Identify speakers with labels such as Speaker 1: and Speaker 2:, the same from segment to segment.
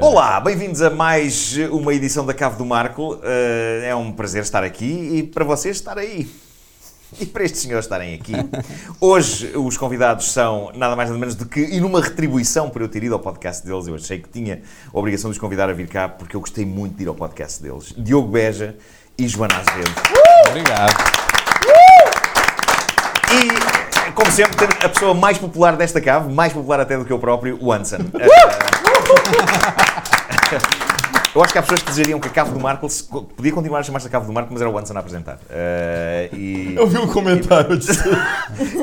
Speaker 1: Olá, bem-vindos a mais uma edição da Cave do Marco. Eh, é um prazer estar aqui e para vocês estar aí. E para estes senhores estarem aqui. Hoje os convidados são nada mais nada menos do que, e numa retribuição por eu ter ido ao podcast deles, eu achei que tinha a obrigação de os convidar a vir cá porque eu gostei muito de ir ao podcast deles. Diogo Beja e Joana Azevedo.
Speaker 2: Obrigado.
Speaker 1: E, como sempre, temos a pessoa mais popular desta cave, mais popular até do que eu próprio, o Anson. Eh, Eu acho que há pessoas que desejariam que a Cave do Marco se- podia continuar a chamar-se a Cave do Marco, mas era o Anson a apresentar. Eh, e-
Speaker 3: Eu vi um comentário disso.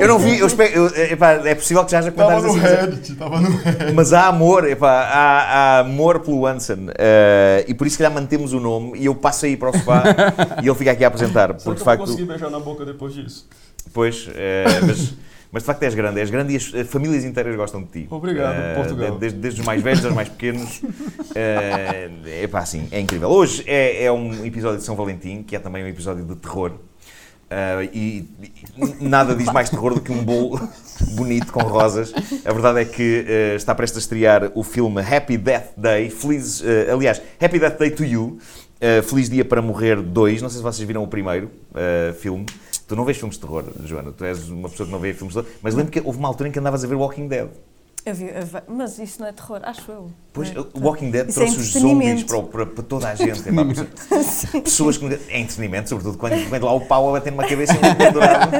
Speaker 1: eu não vi, eu espero, eu- epá, é possível que já haja
Speaker 3: Tava
Speaker 1: comentários
Speaker 3: no
Speaker 1: assim, mas-
Speaker 3: Reddit, tava no Reddit.
Speaker 1: Mas há amor, epá, há, há amor pelo Anson. eh, e por isso que já mantemos o nome e eu passo aí para o sofá e ele fica aqui a apresentar.
Speaker 3: Será
Speaker 1: Porque de
Speaker 3: que eu vou
Speaker 1: facto.
Speaker 3: conseguir beijar na boca depois disso?
Speaker 1: Pois, eh, mas, mas de facto és grande, és grande e as eh, famílias inteiras gostam de ti.
Speaker 3: Obrigado,
Speaker 1: Eh,
Speaker 3: Portugal.
Speaker 1: de- desde, desde os mais velhos aos mais pequenos. Eh, É pá, assim, é incrível. Hoje é, é um episódio de São Valentim, que é também um episódio de terror. Eh, e, e nada diz mais terror do que um bolo bonito com rosas. A verdade é que eh, está prestes a estrear o filme Happy Death Day. Feliz, eh, aliás, Happy Death Day to You. eh, Feliz Dia para Morrer 2. Não sei se vocês viram o primeiro eh, filme. Tu não vês filmes de terror, Joana. Tu és uma pessoa que não vê filmes de terror. Mas lembro que houve uma altura em que andavas a ver Walking Dead.
Speaker 4: Eu vi, eu vi- mas isso não é terror, acho eu.
Speaker 1: Pois,
Speaker 4: Não é?
Speaker 1: o Walking Dead
Speaker 4: Isso é
Speaker 1: trouxe os zombies
Speaker 4: entretenimento.
Speaker 1: para, o- para- para toda a gente. epá, pessoas- pessoas que. nunca- É entretenimento, sobretudo quando, quando lá o pau a bater numa cabeça e um pendurado.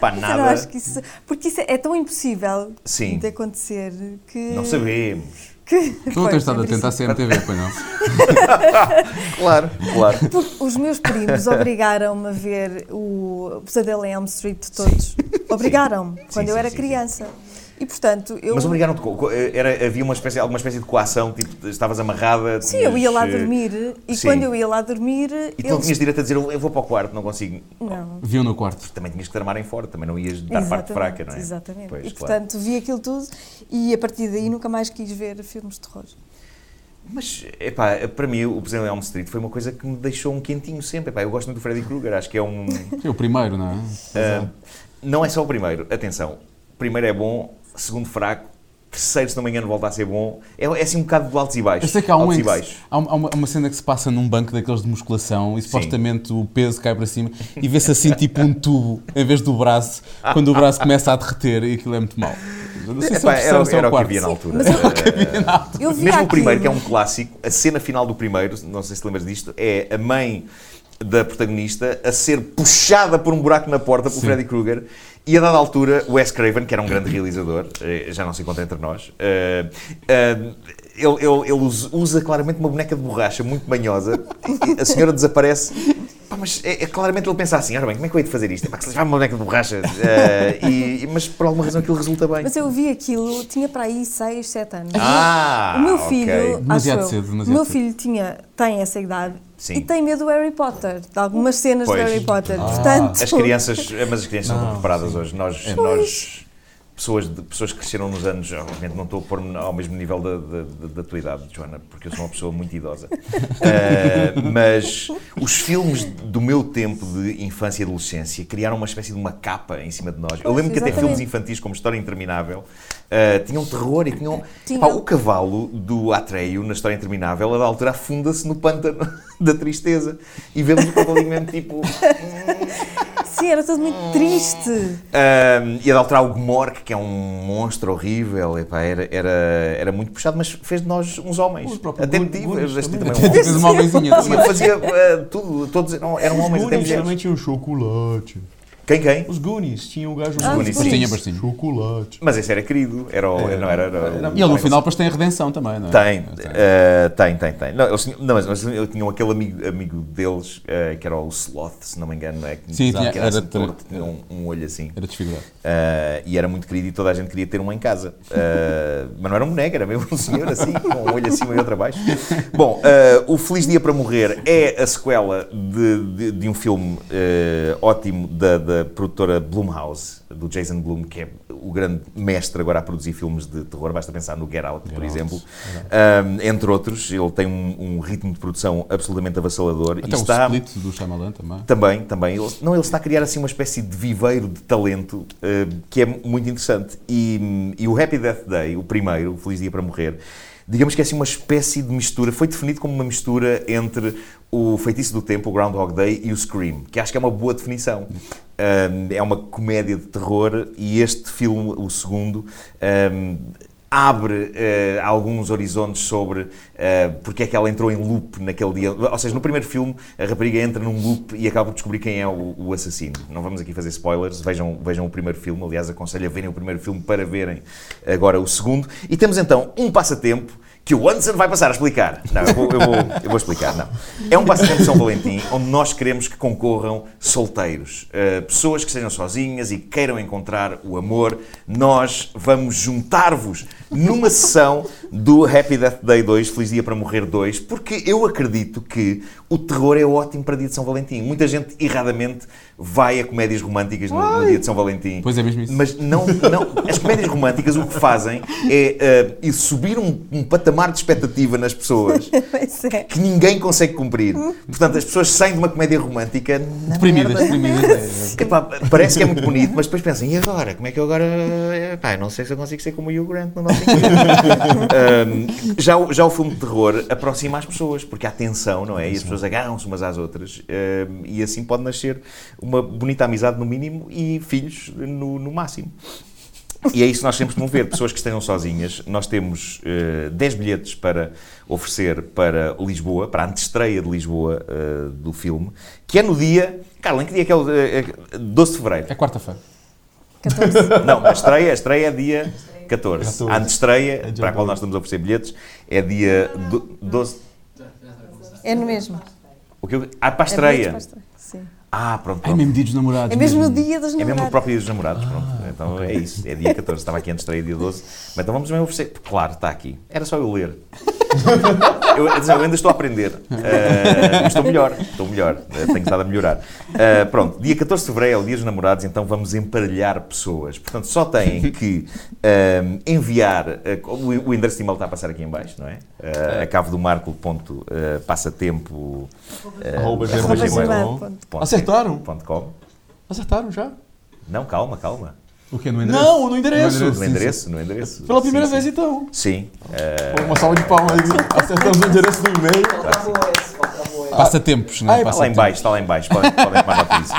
Speaker 1: Pá,
Speaker 4: Mas eu não acho
Speaker 1: nada.
Speaker 4: que isso, porque isso é, é tão impossível
Speaker 1: Sim.
Speaker 4: de acontecer que.
Speaker 1: Não sabemos.
Speaker 4: que-
Speaker 2: Tu não
Speaker 4: Pois,
Speaker 2: tens estado
Speaker 4: é
Speaker 2: atento à
Speaker 4: por isso.
Speaker 2: CMTV, pois não?
Speaker 1: Claro, claro.
Speaker 4: Porque os meus primos obrigaram-me a ver o Pesadelo em Elm Street todos. Obrigaram-me, quando eu
Speaker 1: sim,
Speaker 4: era
Speaker 1: sim,
Speaker 4: criança. E portanto, eu.
Speaker 1: Mas obrigaram-te. co- co- Era, havia uma espécie, alguma espécie de coação, tipo, estavas amarrada.
Speaker 4: Sim, eu
Speaker 1: tinhas,
Speaker 4: ia lá
Speaker 1: eh,
Speaker 4: dormir e
Speaker 1: sim.
Speaker 4: quando eu ia lá dormir.
Speaker 1: E tu não
Speaker 4: eles-
Speaker 1: tinhas direito a dizer, eu vou para o quarto, não consigo.
Speaker 4: Não.
Speaker 2: Viu no quarto.
Speaker 1: Também tinhas que te armarem fora, também não ias dar parte
Speaker 4: Exatamente,
Speaker 1: fraca, não é?
Speaker 4: Exatamente.
Speaker 1: Pois,
Speaker 4: e
Speaker 1: claro.
Speaker 4: portanto, vi aquilo tudo e a partir daí nunca mais quis ver filmes de terror.
Speaker 1: Mas, epá, para mim o Pesadelo em Elm Street foi uma coisa que me deixou um quentinho sempre. Epá, eu gosto muito do Freddy Krueger, acho que é um...
Speaker 2: É o primeiro, não é?
Speaker 1: ah, não é só o primeiro, atenção. Primeiro é bom, segundo fraco, terceiro, se não me engano, volta a ser bom. É, é assim um bocado de altos e
Speaker 2: Eu
Speaker 1: baixos.
Speaker 2: sei que há, um
Speaker 1: altos
Speaker 2: em
Speaker 1: e
Speaker 2: que
Speaker 1: baixos.
Speaker 2: se- há um- há uma, há uma cena que se passa num banco daqueles de musculação e supostamente o peso cai para cima e vê-se assim tipo um tubo em vez do braço, quando o braço começa a derreter e aquilo é muito mau. Eu Não sei se é
Speaker 1: Epá,
Speaker 2: o terceiro
Speaker 1: era,
Speaker 2: ou se é
Speaker 1: era o que
Speaker 2: o quarto.
Speaker 1: havia na altura.
Speaker 4: mas eu-
Speaker 1: Eh,
Speaker 4: Eu vi
Speaker 1: Mesmo o
Speaker 4: aquilo.
Speaker 1: primeiro, que é um clássico, a cena final do primeiro, não sei se lembras disto, é a mãe da protagonista a ser puxada por um buraco na porta pelo Freddy Krueger e a dada altura o Wes Craven, que era um grande realizador, eh, já não se encontra entre nós, eh, eh, ele, ele- ele us- usa claramente uma boneca de borracha muito manhosa, e a senhora desaparece. Pá, mas é, é claramente ele pensa assim, ora bem, como é que eu hei de fazer isto? Pá, que se levar uma boneca de borracha. eh, e- e- mas por alguma razão aquilo resulta bem.
Speaker 4: Mas eu vi aquilo, tinha para aí 6, 7 anos.
Speaker 1: Ah,
Speaker 4: o meu
Speaker 1: ok.
Speaker 4: filho,
Speaker 2: Demasiado
Speaker 4: acho eu,
Speaker 2: cedo, demasiado
Speaker 4: o meu
Speaker 2: cedo.
Speaker 4: filho tinha, tem essa idade
Speaker 1: Sim.
Speaker 4: e tem medo do Harry Potter, de algumas cenas
Speaker 1: Pois.
Speaker 4: do Harry
Speaker 3: Ah.
Speaker 4: Potter. Portanto,
Speaker 1: As crianças, eh, mas as crianças são
Speaker 2: Não,
Speaker 1: tão preparadas hoje. Nós, nós pessoas, de- pessoas que cresceram nos anos, obviamente não estou a pôr-me ao mesmo nível da, da- da- da tua idade, Joana, porque eu sou uma pessoa muito idosa. Eh, mas os filmes do meu tempo de infância e adolescência criaram uma espécie de uma capa em cima de nós. Eu lembro que até
Speaker 4: exatamente.
Speaker 1: filmes infantis como História Interminável eh, tinham terror e tinham.
Speaker 4: Tinham.
Speaker 1: Pá, o cavalo do Atreio na História Interminável, a da altura, afunda-se no pântano da tristeza e vemos o cavalinho tipo.
Speaker 4: sim, era tudo muito triste.
Speaker 1: Um, e a de alterar o Gmork, que é um monstro horrível, epá, era, era, era muito puxado, mas fez de nós uns homens.
Speaker 2: Os próprios
Speaker 1: Até
Speaker 2: Goon-
Speaker 1: de ti,
Speaker 2: Goonies
Speaker 1: veste
Speaker 2: também.
Speaker 1: também um homem.
Speaker 2: Tens É tipo, uma assim. homenzinha
Speaker 1: Fazia,
Speaker 2: também.
Speaker 1: fazia eh, tudo, todos eram, eram homens, até
Speaker 3: Goonies
Speaker 1: mulheres.
Speaker 3: também tinham chocolate.
Speaker 1: Quem, quem?
Speaker 3: Os Goonies tinham o gajo
Speaker 4: Ah,
Speaker 1: Goonies.
Speaker 4: os Goonies.
Speaker 2: Bastinha, bastinha.
Speaker 3: Chocolate.
Speaker 1: Mas esse era querido, era, o- não era, era o-
Speaker 2: E ele no final depois tem a redenção também, não é?
Speaker 1: Tem, eh, tem, tem, tem. Não, eles tinham, não, mas eles tinham- tinham aquele amigo, amigo deles, eh, que era o Sloth, se não me engano, não é? Que,
Speaker 2: Sim, tinha-
Speaker 1: que era, assim
Speaker 2: era-
Speaker 1: torto, tinha um, um olho assim.
Speaker 2: Era desfigurado.
Speaker 1: Uh, e era muito querido e toda a gente queria ter uma em casa. Uh, mas não era um boneco, era mesmo um senhor assim, com um olho acima e outro abaixo. Bom, uh, o Feliz Dia para Morrer é a sequela de, de- de um filme uh, ótimo da, da produtora Blumhouse, do Jason Blum, que é o grande mestre agora a produzir filmes de terror. Basta pensar no Get Out, por
Speaker 2: Out,
Speaker 1: exemplo. Um, entre outros, ele tem um, um ritmo de produção absolutamente avassalador. e
Speaker 2: Até o
Speaker 1: está...
Speaker 2: split do Shyamalan também.
Speaker 1: Também, também. Ele, não, ele está a criar assim uma espécie de viveiro de talento eh, que é muito interessante. E, hum, e o Happy Death Day, o primeiro, o Feliz Dia para Morrer, digamos que é assim uma espécie de mistura, foi definido como uma mistura entre o Feitiço do Tempo, o Groundhog Day e o Scream, que acho que é uma boa definição. Um, é uma comédia de terror e este filme, o segundo, um, abre eh, alguns horizontes sobre eh, porque é que ela entrou em loop naquele dia. Ou seja, no primeiro filme, a rapariga entra num loop e acaba por descobrir quem é o, o assassino. Não vamos aqui fazer spoilers, vejam, vejam o primeiro filme. Aliás, aconselho a verem o primeiro filme para verem agora o segundo. E temos então um passatempo que o Anderson vai passar a explicar. Não, eu vou, eu vou, eu vou explicar, não. É um passatempo de São Valentim onde nós queremos que concorram solteiros. eh, pessoas que sejam sozinhas e queiram encontrar o amor. Nós vamos juntar-vos numa sessão do Happy Death Day 2, Feliz Dia para Morrer 2, porque eu acredito que o terror é ótimo para dia de São Valentim. Muita gente, erradamente, vai a comédias românticas no, no dia de São Valentim.
Speaker 2: Pois é mesmo isso.
Speaker 1: Mas não, não- as comédias românticas o que fazem é eh, subir um, um patamar de expectativa nas pessoas
Speaker 4: Pois é.
Speaker 1: que ninguém consegue cumprir. Portanto, as pessoas saem de uma comédia romântica na
Speaker 2: Deprimidas,
Speaker 1: merda.
Speaker 2: deprimidas.
Speaker 1: Epá, parece que é muito bonito, mas depois pensam, e agora? Como é que eu agora. Epá, eu não sei se eu consigo ser como o Hugh Grant no nosso um, já, o- já o filme de terror aproxima as pessoas, porque há tensão, não é? E as pessoas agarram-se umas às outras. um, e assim pode nascer uma bonita amizade, no mínimo, e filhos no, no máximo. E é isso que nós temos de mover, pessoas que estejam sozinhas. Nós temos eh, 10 bilhetes para oferecer para Lisboa, para a antestreia de Lisboa eh, do filme, que é no dia. Carla, em que dia é que é o. eh, eh, 12 de Fevereiro.
Speaker 2: É quarta-feira.
Speaker 4: 14.
Speaker 1: Não, a estreia, a estreia é dia 14.
Speaker 3: 14.
Speaker 1: A antestreia,
Speaker 3: dia
Speaker 1: para a qual
Speaker 3: 12.
Speaker 1: nós estamos a oferecer bilhetes, é dia do- 12.
Speaker 4: É no mesmo.
Speaker 1: O que eu, ah, para a
Speaker 4: É
Speaker 1: estreia.
Speaker 4: mesmo para estreia, Sim.
Speaker 1: Ah, pronto.
Speaker 2: É
Speaker 1: pronto.
Speaker 2: mesmo dia dos namorados.
Speaker 4: É mesmo no dia das
Speaker 1: É mesmo o
Speaker 4: namoradas.
Speaker 1: próprio dia dos namorados,
Speaker 3: Ah,
Speaker 1: pronto. Então é isso, é dia 14. Estava aqui a antestreia dia 12. Mas então vamos mesmo oferecer. Claro, está aqui. Era só eu ler. Eu, quer dizer, eu ainda estou a aprender. Ah, estou melhor, estou melhor. Ah, Tenho estado a melhorar. Ah, pronto, dia 14 de fevereiro é o dia dos namorados, então vamos emparelhar pessoas. Portanto, só têm que ah, enviar. ah, o, o endereço de e-mail está a passar aqui em baixo, não é? Ah, a cavo do marco ponto, ah, passatempo. ah,
Speaker 3: Arroba
Speaker 1: arroba
Speaker 3: gmail
Speaker 1: gmail
Speaker 4: Arroba gmail.
Speaker 1: ponto
Speaker 3: Acertaram?
Speaker 1: ponto com.
Speaker 3: Acertaram já?
Speaker 1: Não, calma, calma.
Speaker 2: O quê? No endereço?
Speaker 3: Não, no endereço.
Speaker 1: No endereço, no endereço.
Speaker 3: Pela primeira
Speaker 1: Sim,
Speaker 3: vez,
Speaker 1: sim.
Speaker 3: então.
Speaker 1: Sim. eh,
Speaker 3: Uma salva de palmas. aí. Acertamos o endereço do e-mail.
Speaker 2: Passatempos, não
Speaker 3: Ah,
Speaker 2: é?
Speaker 3: é
Speaker 1: Está lá em
Speaker 2: Passatempos.
Speaker 1: baixo, está lá em baixo, podem, podem tomar nota disso.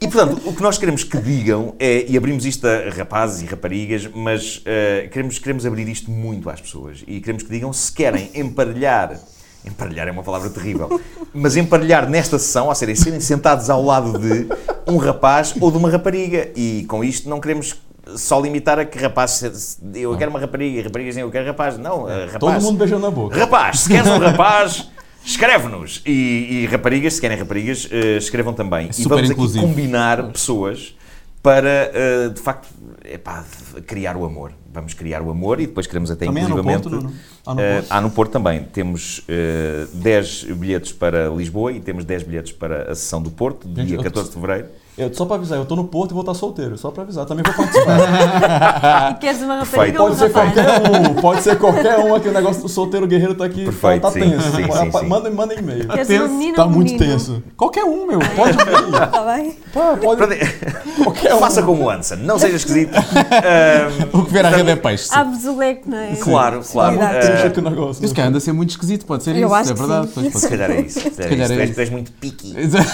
Speaker 1: E portanto, o que nós queremos que digam é, e abrimos isto a rapazes e raparigas, mas eh, queremos, queremos abrir isto muito às pessoas e queremos que digam se querem emparelhar. Emparelhar é uma palavra terrível, mas emparelhar nesta sessão, ou seja, serem sentados ao lado de um rapaz ou de uma rapariga. E com isto não queremos só limitar a que rapaz, se- se- eu quero uma rapariga, e raparigas dizem eu quero rapaz. Não, eh, rapaz.
Speaker 3: Todo mundo beijando na boca.
Speaker 1: Rapaz, se queres um rapaz, escreve-nos. E, e raparigas, se querem raparigas, eh, escrevam também.
Speaker 3: É
Speaker 1: e
Speaker 2: super
Speaker 1: vamos
Speaker 2: inclusivo.
Speaker 1: aqui combinar pessoas para, eh, de facto, epá, de- criar o amor. Vamos criar o amor e depois queremos até
Speaker 3: Também há no
Speaker 1: inclusivamente...
Speaker 3: Porto, Nuno? Há no
Speaker 1: eh,
Speaker 3: Porto?
Speaker 1: há no Porto também. Temos eh, 10 bilhetes para Lisboa e temos 10 bilhetes para a sessão do Porto,
Speaker 3: Gente,
Speaker 1: dia
Speaker 3: eu-
Speaker 1: 14 de Fevereiro.
Speaker 3: Eu, só pra avisar, eu tô no Porto e vou estar solteiro. Só pra avisar, também vou participar.
Speaker 5: E queres uma
Speaker 1: Perfeito.
Speaker 5: rapariga ou um
Speaker 3: pode ser
Speaker 5: rapaz?
Speaker 3: qualquer um, pode ser qualquer um aqui. O negócio do solteiro guerreiro tá aqui.
Speaker 1: Perfeito,
Speaker 3: tá, tá
Speaker 1: sim,
Speaker 3: tenso.
Speaker 1: sim,
Speaker 3: Mas,
Speaker 1: sim,
Speaker 3: rapaz,
Speaker 1: sim.
Speaker 3: Manda, manda e-mail.
Speaker 5: Queres uma menina
Speaker 3: Tá
Speaker 5: ou um
Speaker 3: muito
Speaker 5: menino?
Speaker 3: tenso. Qualquer um, meu. Pode vir.
Speaker 4: Está bem?
Speaker 3: Tá, pode
Speaker 1: Pronto,
Speaker 3: Qualquer um.
Speaker 1: Faça como o Hansen, não seja esquisito. Ahm,
Speaker 2: O que vier à rede é peixe.
Speaker 4: Ah,
Speaker 2: sim.
Speaker 5: Abres o leque, não é?
Speaker 1: claro, claro.
Speaker 4: Sim,
Speaker 1: Ah,
Speaker 3: Tem jeito o negócio.
Speaker 2: Mas
Speaker 3: né?
Speaker 2: cá anda a ser muito esquisito, pode ser
Speaker 4: Eu
Speaker 2: isso,
Speaker 4: acho
Speaker 2: é
Speaker 4: que
Speaker 2: verdade.
Speaker 4: sim.
Speaker 2: pois pode
Speaker 1: se
Speaker 2: ser.
Speaker 1: calhar é isso. Se calhar é
Speaker 2: calhar
Speaker 1: isso.
Speaker 2: é
Speaker 1: Tu és-
Speaker 2: isso.
Speaker 1: tu és muito picky.
Speaker 2: Exato.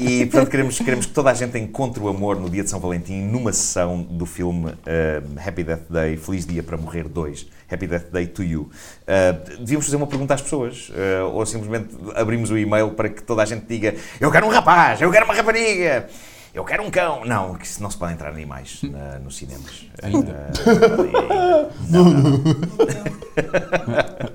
Speaker 1: E portanto queremos, queremos que toda a gente encontre o amor no dia de São Valentim numa sessão do filme eh, Happy Death Day, Feliz Dia para Morrer 2, Happy Death Day to You. Eh, devíamos fazer uma pergunta às pessoas, eh, ou simplesmente abrimos o e-mail para que toda a gente diga eu quero um rapaz, eu quero uma rapariga, eu quero um cão. Não, que se não se pode entrar animais na- nos cinemas.
Speaker 2: Ainda.
Speaker 1: Eh, não, não.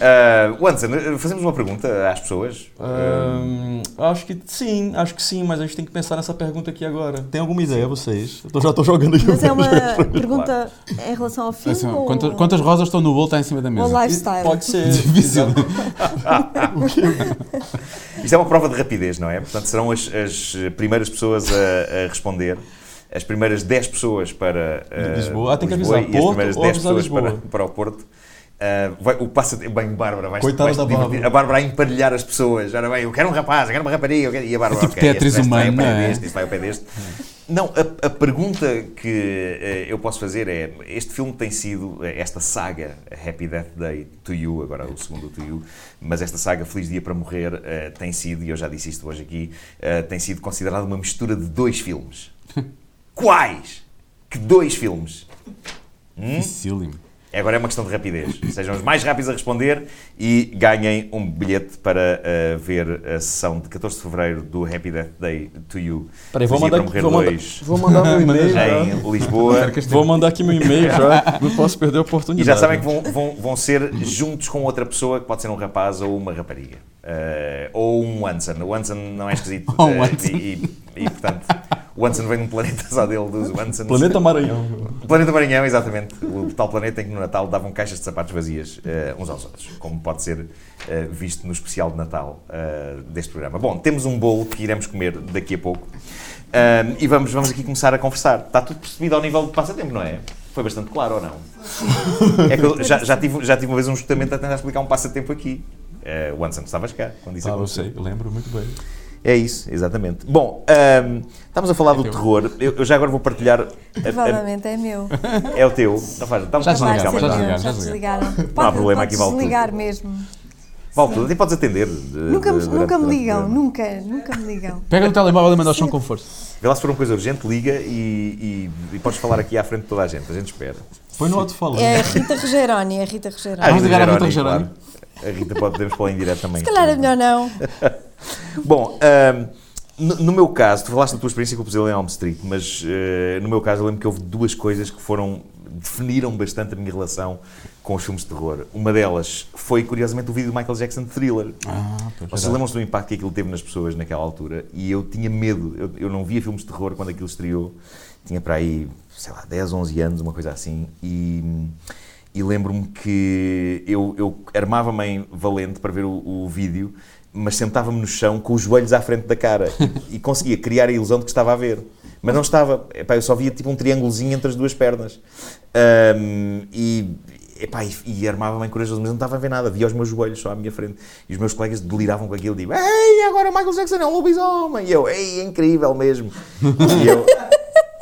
Speaker 1: Eh, Wanson, eh, fazemos uma pergunta às pessoas.
Speaker 3: Ahn, acho que sim, acho que sim, mas a gente tem que pensar nessa pergunta aqui agora. Tem alguma ideia vocês? Eu tô- já tô jogando aqui.
Speaker 4: Mas é uma pergunta em relação ao
Speaker 3: É
Speaker 4: filme
Speaker 2: Atenção,
Speaker 4: ou,
Speaker 2: quanta- Quantas rosas estão no bolo está em cima da
Speaker 4: ou
Speaker 2: mesa?
Speaker 4: lifestyle?
Speaker 3: Pode ser.
Speaker 2: Difícil.
Speaker 1: Isto é uma prova de rapidez, não é? Portanto, serão as, as eh, primeiras pessoas a, a responder. As primeiras 10 pessoas para eh,
Speaker 3: De Lisboa. Ah, tem que
Speaker 1: Lisboa
Speaker 3: avisar
Speaker 1: e as
Speaker 3: Porto
Speaker 1: primeiras
Speaker 3: ou
Speaker 1: 10
Speaker 3: avisar
Speaker 1: pessoas para,
Speaker 3: Lisboa?
Speaker 1: para o Porto. Ah, vai- o passa bem Bárbara vai
Speaker 3: Coitada da Bárbara.
Speaker 1: a Bárbara a emparelhar as pessoas ora bem eu quero um rapaz eu quero uma rapariga eu quero... e a Bárbara
Speaker 2: É tipo
Speaker 1: ok, este
Speaker 2: Tetris
Speaker 1: vai- este vai ao
Speaker 2: humano,
Speaker 1: pé
Speaker 2: não é?
Speaker 1: deste, este vai ao pé deste Não, a, a pergunta que eh, eu posso fazer é: este filme tem sido, eh, esta saga, Happy Death Day to You, agora o segundo to You, mas esta saga Feliz Dia para Morrer eh, tem sido, e eu já disse isto hoje aqui, eh, tem sido considerada uma mistura de dois filmes. Quais? Que dois filmes?
Speaker 2: Dificílimo.
Speaker 1: Agora é uma questão de rapidez. Sejam os mais rápidos a responder e ganhem um bilhete para eh, ver a sessão de 14 de fevereiro do Happy Death Day to You.
Speaker 3: Peraí, vou
Speaker 1: Feliz Dia
Speaker 3: mandar,
Speaker 1: para
Speaker 3: vou
Speaker 1: Morrer
Speaker 3: mandar,
Speaker 1: 2
Speaker 3: vou mandar meu e-mail. tá? já.
Speaker 1: em Lisboa.
Speaker 3: Vou mandar aqui meu e-mail já. Não posso perder a
Speaker 1: E
Speaker 3: oportunidade.
Speaker 1: já sabem que vão, vão, vão ser juntos com outra pessoa, que pode ser um rapaz ou uma rapariga. Eh, ou um Anson. O Anson não é esquisito.
Speaker 2: Ou um
Speaker 1: eh,
Speaker 2: Anson.
Speaker 1: e, e- e, portanto, o Anson vem de um planeta só dele, dos Ansons.
Speaker 3: Planeta Maranhão.
Speaker 1: Planeta Maranhão, exatamente. O tal planeta em que no Natal davam caixas de sapatos vazias eh, uns aos outros, como pode ser eh, visto no especial de Natal eh, deste programa. Bom, temos um bolo que iremos comer daqui a pouco Ahm, e vamos, vamos aqui começar a conversar. Está tudo percebido ao nível do passatempo, não é? Foi bastante claro ou não? É que eu já, já tive, já tive uma vez um justamente a tentar explicar um passatempo aqui. Eh, o Anson estava cá quando isso
Speaker 3: Ah, eu
Speaker 1: aconteceu.
Speaker 3: sei, eu lembro muito bem.
Speaker 1: É isso, exatamente. Bom, ahm, estávamos a falar do terror. Eu, eu já agora vou partilhar. a- a-
Speaker 4: Provavelmente é meu.
Speaker 1: é o teu. Não faz, estamos
Speaker 2: Já
Speaker 1: a
Speaker 4: Vai
Speaker 1: desligar,
Speaker 2: desligaram,
Speaker 4: ser
Speaker 1: mas dá.
Speaker 2: já
Speaker 4: meu,
Speaker 2: desligaram, já
Speaker 4: desligaram.
Speaker 1: Não há problema, aqui vale tudo.
Speaker 4: desligar mesmo.
Speaker 1: Vale tudo, até podes atender. de-
Speaker 4: Nunca me,
Speaker 1: de-
Speaker 4: nunca me
Speaker 1: durante- um
Speaker 4: ligam, nunca, nunca me ligam.
Speaker 2: Pega no telemóvel e manda ao chão com força.
Speaker 1: Vê lá se for uma coisa urgente, liga e, e, e podes falar aqui à frente de toda a gente, a gente espera.
Speaker 3: Foi no alto-falante.
Speaker 4: É a Rita Rogeroni, é a Rita Rogeroni.
Speaker 2: Ah, Vamos ligar à Rita Rogeroni.
Speaker 1: claro. A Rita pode, podemos pô-la em direto também.
Speaker 4: Se calhar é melhor não.
Speaker 1: Bom, ahm, no, no meu caso, tu falaste da tua experiência com o Pesadelo em Elm Street, mas eh, no meu caso eu lembro que houve duas coisas que foram definiram bastante a minha relação com os filmes de terror. Uma delas foi, curiosamente, o vídeo do Michael Jackson de Thriller.
Speaker 2: Ah, pois.
Speaker 1: Vocês lembram-se do impacto que aquilo teve nas pessoas naquela altura? E eu tinha medo, eu, eu não via filmes de terror quando aquilo estreou. Tinha para aí, sei lá, 10, 11 anos, uma coisa assim. E, e lembro-me que eu, eu armava-me em valente para ver o, o vídeo, mas sentava-me no chão com os joelhos à frente da cara e, e conseguia criar a ilusão de que estava a ver. Mas não estava, Epá, eu só via tipo um triângulozinho entre as duas pernas. Ahm, e Epá, e, e armava-me em corajoso, mas não estava a ver nada, via os meus joelhos só à minha frente. E os meus colegas deliravam com aquilo, tipo, ei, agora o Michael Jackson é um lobisomem! E eu, ei, é incrível mesmo! E eu,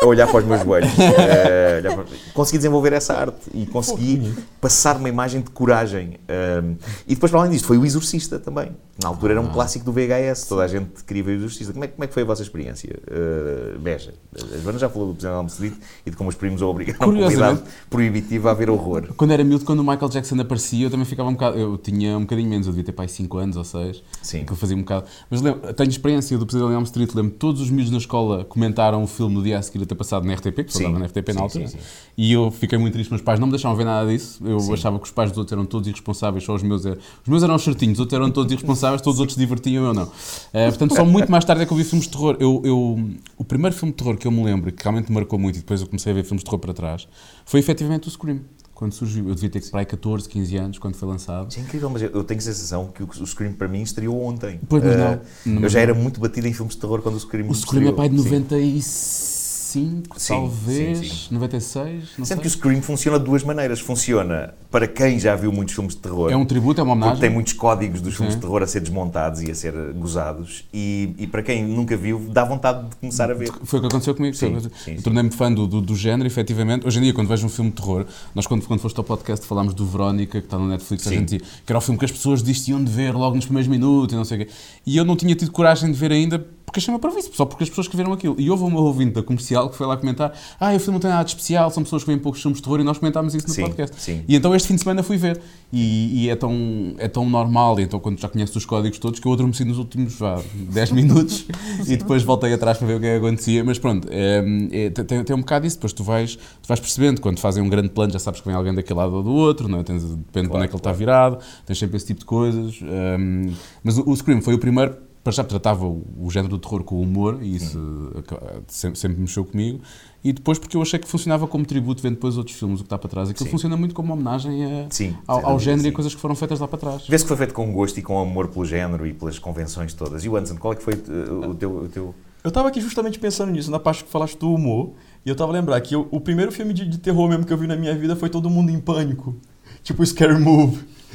Speaker 1: a olhar para os meus joelhos. eh, olhar para- Consegui desenvolver essa arte e consegui passar uma imagem de coragem. Um, e depois, para além disto, foi o Exorcista também. Na altura era um clássico do VHS, toda a gente queria ver o Exorcista. Como é, como é que foi a vossa experiência, eh, Beja? A Joana já falou do Presidente Almo Street e de como os primos a obrigaram a
Speaker 2: Curiosamente-
Speaker 1: comunidade proibitiva a ver horror.
Speaker 2: Quando era miúdo, quando o Michael Jackson aparecia, eu também ficava um bocado. Eu tinha um bocadinho menos, eu devia ter pai 5 anos ou 6.
Speaker 1: Sim.
Speaker 2: Que eu fazia um bocado. Mas lembro, tenho experiência do Pesadelo em Elm Street, lembro que todos os miúdos na escola comentaram o filme no dia a seguir a ter passado na RTP, que só
Speaker 1: Sim.
Speaker 2: dava na RTP na
Speaker 1: Sim,
Speaker 2: altura.
Speaker 1: sim, sim.
Speaker 2: E eu fiquei muito triste, meus pais não me deixavam ver nada disso. Eu achava que os pais dos outros eram todos irresponsáveis, só os meus eram. Os meus eram os certinhos, os outros eram todos irresponsáveis, todos os outros se divertiam, eu não. Eh, portanto, só muito mais tarde é que eu vi filmes de terror. Eu, eu- o primeiro filme de terror que eu me lembro, que realmente me marcou muito, e depois eu comecei a ver filmes de terror para trás, foi efetivamente o Scream. Quando surgiu, eu devia ter para aí 14, 15 anos, quando foi lançado.
Speaker 1: Isso é incrível, mas eu- eu tenho a sensação que o, o Scream para mim estreou ontem.
Speaker 2: Pois, mas
Speaker 1: Ah,
Speaker 2: não.
Speaker 1: Eu já era muito batido em filmes de terror quando o Scream
Speaker 2: O Scream é pai de
Speaker 1: estreou. Sim.
Speaker 2: 95,
Speaker 1: Sim,
Speaker 2: talvez,
Speaker 1: sim, sim.
Speaker 2: 96, não
Speaker 1: Sendo que
Speaker 2: sei.
Speaker 1: o Scream funciona de duas maneiras. Funciona para quem já viu muitos filmes de terror.
Speaker 2: É um tributo, é uma
Speaker 1: porque
Speaker 2: homenagem.
Speaker 1: tem muitos códigos dos filmes
Speaker 2: Sim.
Speaker 1: de terror a ser desmontados e a ser gozados. E, e para quem nunca viu, dá vontade de começar a ver.
Speaker 2: Foi o que aconteceu comigo.
Speaker 1: Sim,
Speaker 2: Eu
Speaker 1: sim, sim.
Speaker 2: Tornei-me fã do, do, do género, efetivamente. Hoje em dia, quando vejo um filme de terror, nós quando, quando foste ao podcast falámos do Verónica, que está no Netflix, a
Speaker 1: Sim.
Speaker 2: gente dizia que era o filme que as pessoas desistiam de ver logo nos primeiros minutos e não sei o quê. E eu não tinha tido coragem de ver ainda porque achei-me para isso, só porque as pessoas escreveram aquilo. E houve uma ouvinte da comercial que foi lá comentar: Ah, o filme não tem nada de especial, são pessoas que veem poucos filmes de terror e nós comentámos isso no
Speaker 1: Sim,
Speaker 2: podcast.
Speaker 1: sim.
Speaker 2: E então este fim de semana fui ver. E, e é, tão, é tão normal, e então quando já conheces os códigos todos, que eu adormeci nos últimos vá, 10 minutos e depois voltei atrás para ver o que é que acontecia. Mas pronto, é, é, tem, tem um bocado isso. Depois tu vais, tu vais percebendo, quando fazem um grande plano, já sabes que vem alguém daquele lado ou do outro, não é? Tens- depende de onde é que ele está virado, tens sempre esse tipo de coisas. hum, mas o, o Scream foi o primeiro. Para já tratava o, o género do terror com o humor e isso
Speaker 1: Hum.
Speaker 2: eh, aca- sempre, sempre mexeu comigo. E depois porque eu achei que funcionava como tributo, vendo depois outros filmes, o que está para trás. Aquilo
Speaker 1: Sim.
Speaker 2: funciona muito como uma homenagem a,
Speaker 1: Sim,
Speaker 2: ao,
Speaker 1: sem
Speaker 2: ao
Speaker 1: dúvida,
Speaker 2: género e
Speaker 1: sim.
Speaker 2: a coisas que foram feitas lá para trás.
Speaker 1: Vê-se que foi feito com gosto e com amor pelo género e pelas convenções todas. E o Anderson, qual é que foi uh, o teu. O teu...
Speaker 3: Eu tava aqui justamente pensando nisso, na parte que falaste do humor. E eu tava lembrando que eu- o primeiro filme de, de terror mesmo que eu vi na minha vida foi Todo Mundo em Pânico. Tipo Scary Move.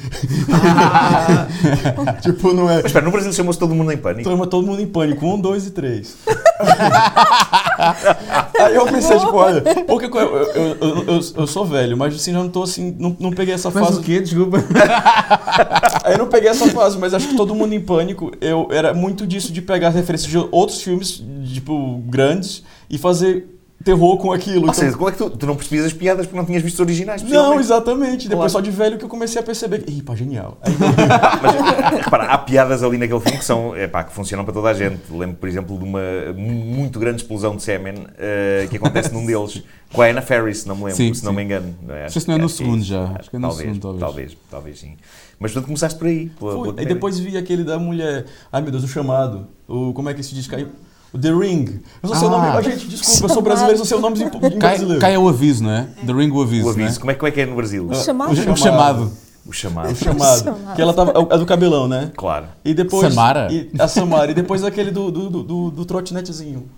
Speaker 3: tipo, não é. Tipo,
Speaker 1: Mas espera, no Brasil chamou-se Todo Mundo em Pânico.
Speaker 3: Toma Todo Mundo em Pânico, um, dois e três. Aí eu pensei, tipo, olha, porque eu, eu, eu, eu, eu sou velho, mas assim, eu não tô assim, não, não peguei essa
Speaker 2: Faz
Speaker 3: fase.
Speaker 2: o quê? Desculpa.
Speaker 3: Aí eu não peguei essa fase, mas acho que todo mundo em pânico, eu era muito disso de pegar referências de outros filmes, tipo, grandes, e fazer terror com aquilo.
Speaker 1: Ou
Speaker 3: Então,
Speaker 1: seja, como é que tu, tu não percebias as piadas porque não tinhas visto os originais?
Speaker 3: não,
Speaker 1: possivelmente?
Speaker 3: exatamente.
Speaker 1: Claro.
Speaker 3: Depois só de velho que eu comecei a perceber. Ih, pá, genial. Aí,
Speaker 1: Mas, repara, há piadas ali naquele filme que são, epá, que funcionam para toda a gente. Lembro, por exemplo, de uma mu- muito grande explosão de sêmen eh, que acontece num deles, com a Anna Ferris, não me lembro,
Speaker 2: Sim,
Speaker 1: se não
Speaker 2: sim.
Speaker 1: me engano. Não é?
Speaker 2: Não sei se não é no
Speaker 1: Acho que
Speaker 2: segundo
Speaker 1: isso.
Speaker 2: já. Acho que é no
Speaker 1: talvez,
Speaker 2: segundo, talvez.
Speaker 1: talvez, talvez sim. Mas portanto começaste por aí. Pela,
Speaker 3: fui.
Speaker 1: pela
Speaker 3: Aí
Speaker 1: comédia.
Speaker 3: depois vi aquele da mulher. Ai, meu Deus, o chamado. O, como é que se diz? Cai- O The Ring. Eu não sei o nome.
Speaker 2: Ah.
Speaker 3: Ah, gente, desculpa, eu sou brasileiro, eu não sei o nome em, em
Speaker 2: Cai,
Speaker 3: brasileiro.
Speaker 2: cai o aviso, não é? The ring o aviso.
Speaker 1: o aviso.
Speaker 2: Né?
Speaker 1: Como, é, como é que é no Brasil?
Speaker 4: O chamado.
Speaker 2: O, ch- o chamado.
Speaker 1: O chamado.
Speaker 3: O chamado. Que ela tava. A do cabelão, né?
Speaker 1: Claro.
Speaker 3: E depois.
Speaker 2: Samara?
Speaker 3: E, a Samara. E depois aquele do, do, do, do- do trotinetezinho.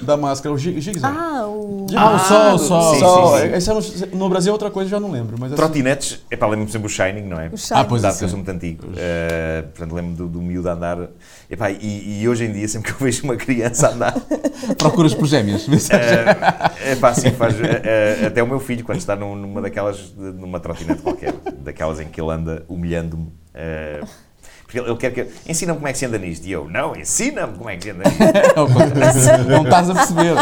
Speaker 3: Da máscara, o gi- Jigsaw.
Speaker 4: Ah, o.
Speaker 2: Ah, o sol, o sol.
Speaker 1: sim,
Speaker 3: Só,
Speaker 1: sim, sim.
Speaker 3: esse eu não- no Brasil é outra coisa, eu já não lembro. Mas assim,
Speaker 1: Trotinetes, é para lembro-me sempre do Shining, não é?
Speaker 4: O Shining.
Speaker 2: Ah, pois
Speaker 1: Dá,
Speaker 2: é,
Speaker 1: porque eu sou
Speaker 2: sim.
Speaker 1: muito antigo. Eh, portanto, lembro-me do, do miúdo a andar. Epá, e, e hoje em dia, sempre que eu vejo uma criança a andar,
Speaker 2: Procuras por gêmeas. vê se-
Speaker 1: É pá, sim, faz. eh, eh, até o meu filho, quando está num- numa daquelas. de- numa trotinete qualquer, daquelas em que ele anda humilhando-me. eh, porque ele, ele quer que. eu- Ensina-me como é que se anda nisto. E eu, não, ensina-me como é que se anda nisto.
Speaker 2: Não, é. não estás a perceber.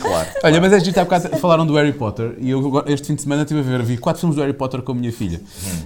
Speaker 1: Claro.
Speaker 2: Olha, mas é giro, há bocado falaram do Harry Potter e eu agora- este fim de semana estive a ver, vi quatro filmes do Harry Potter com a minha filha.
Speaker 1: Hum.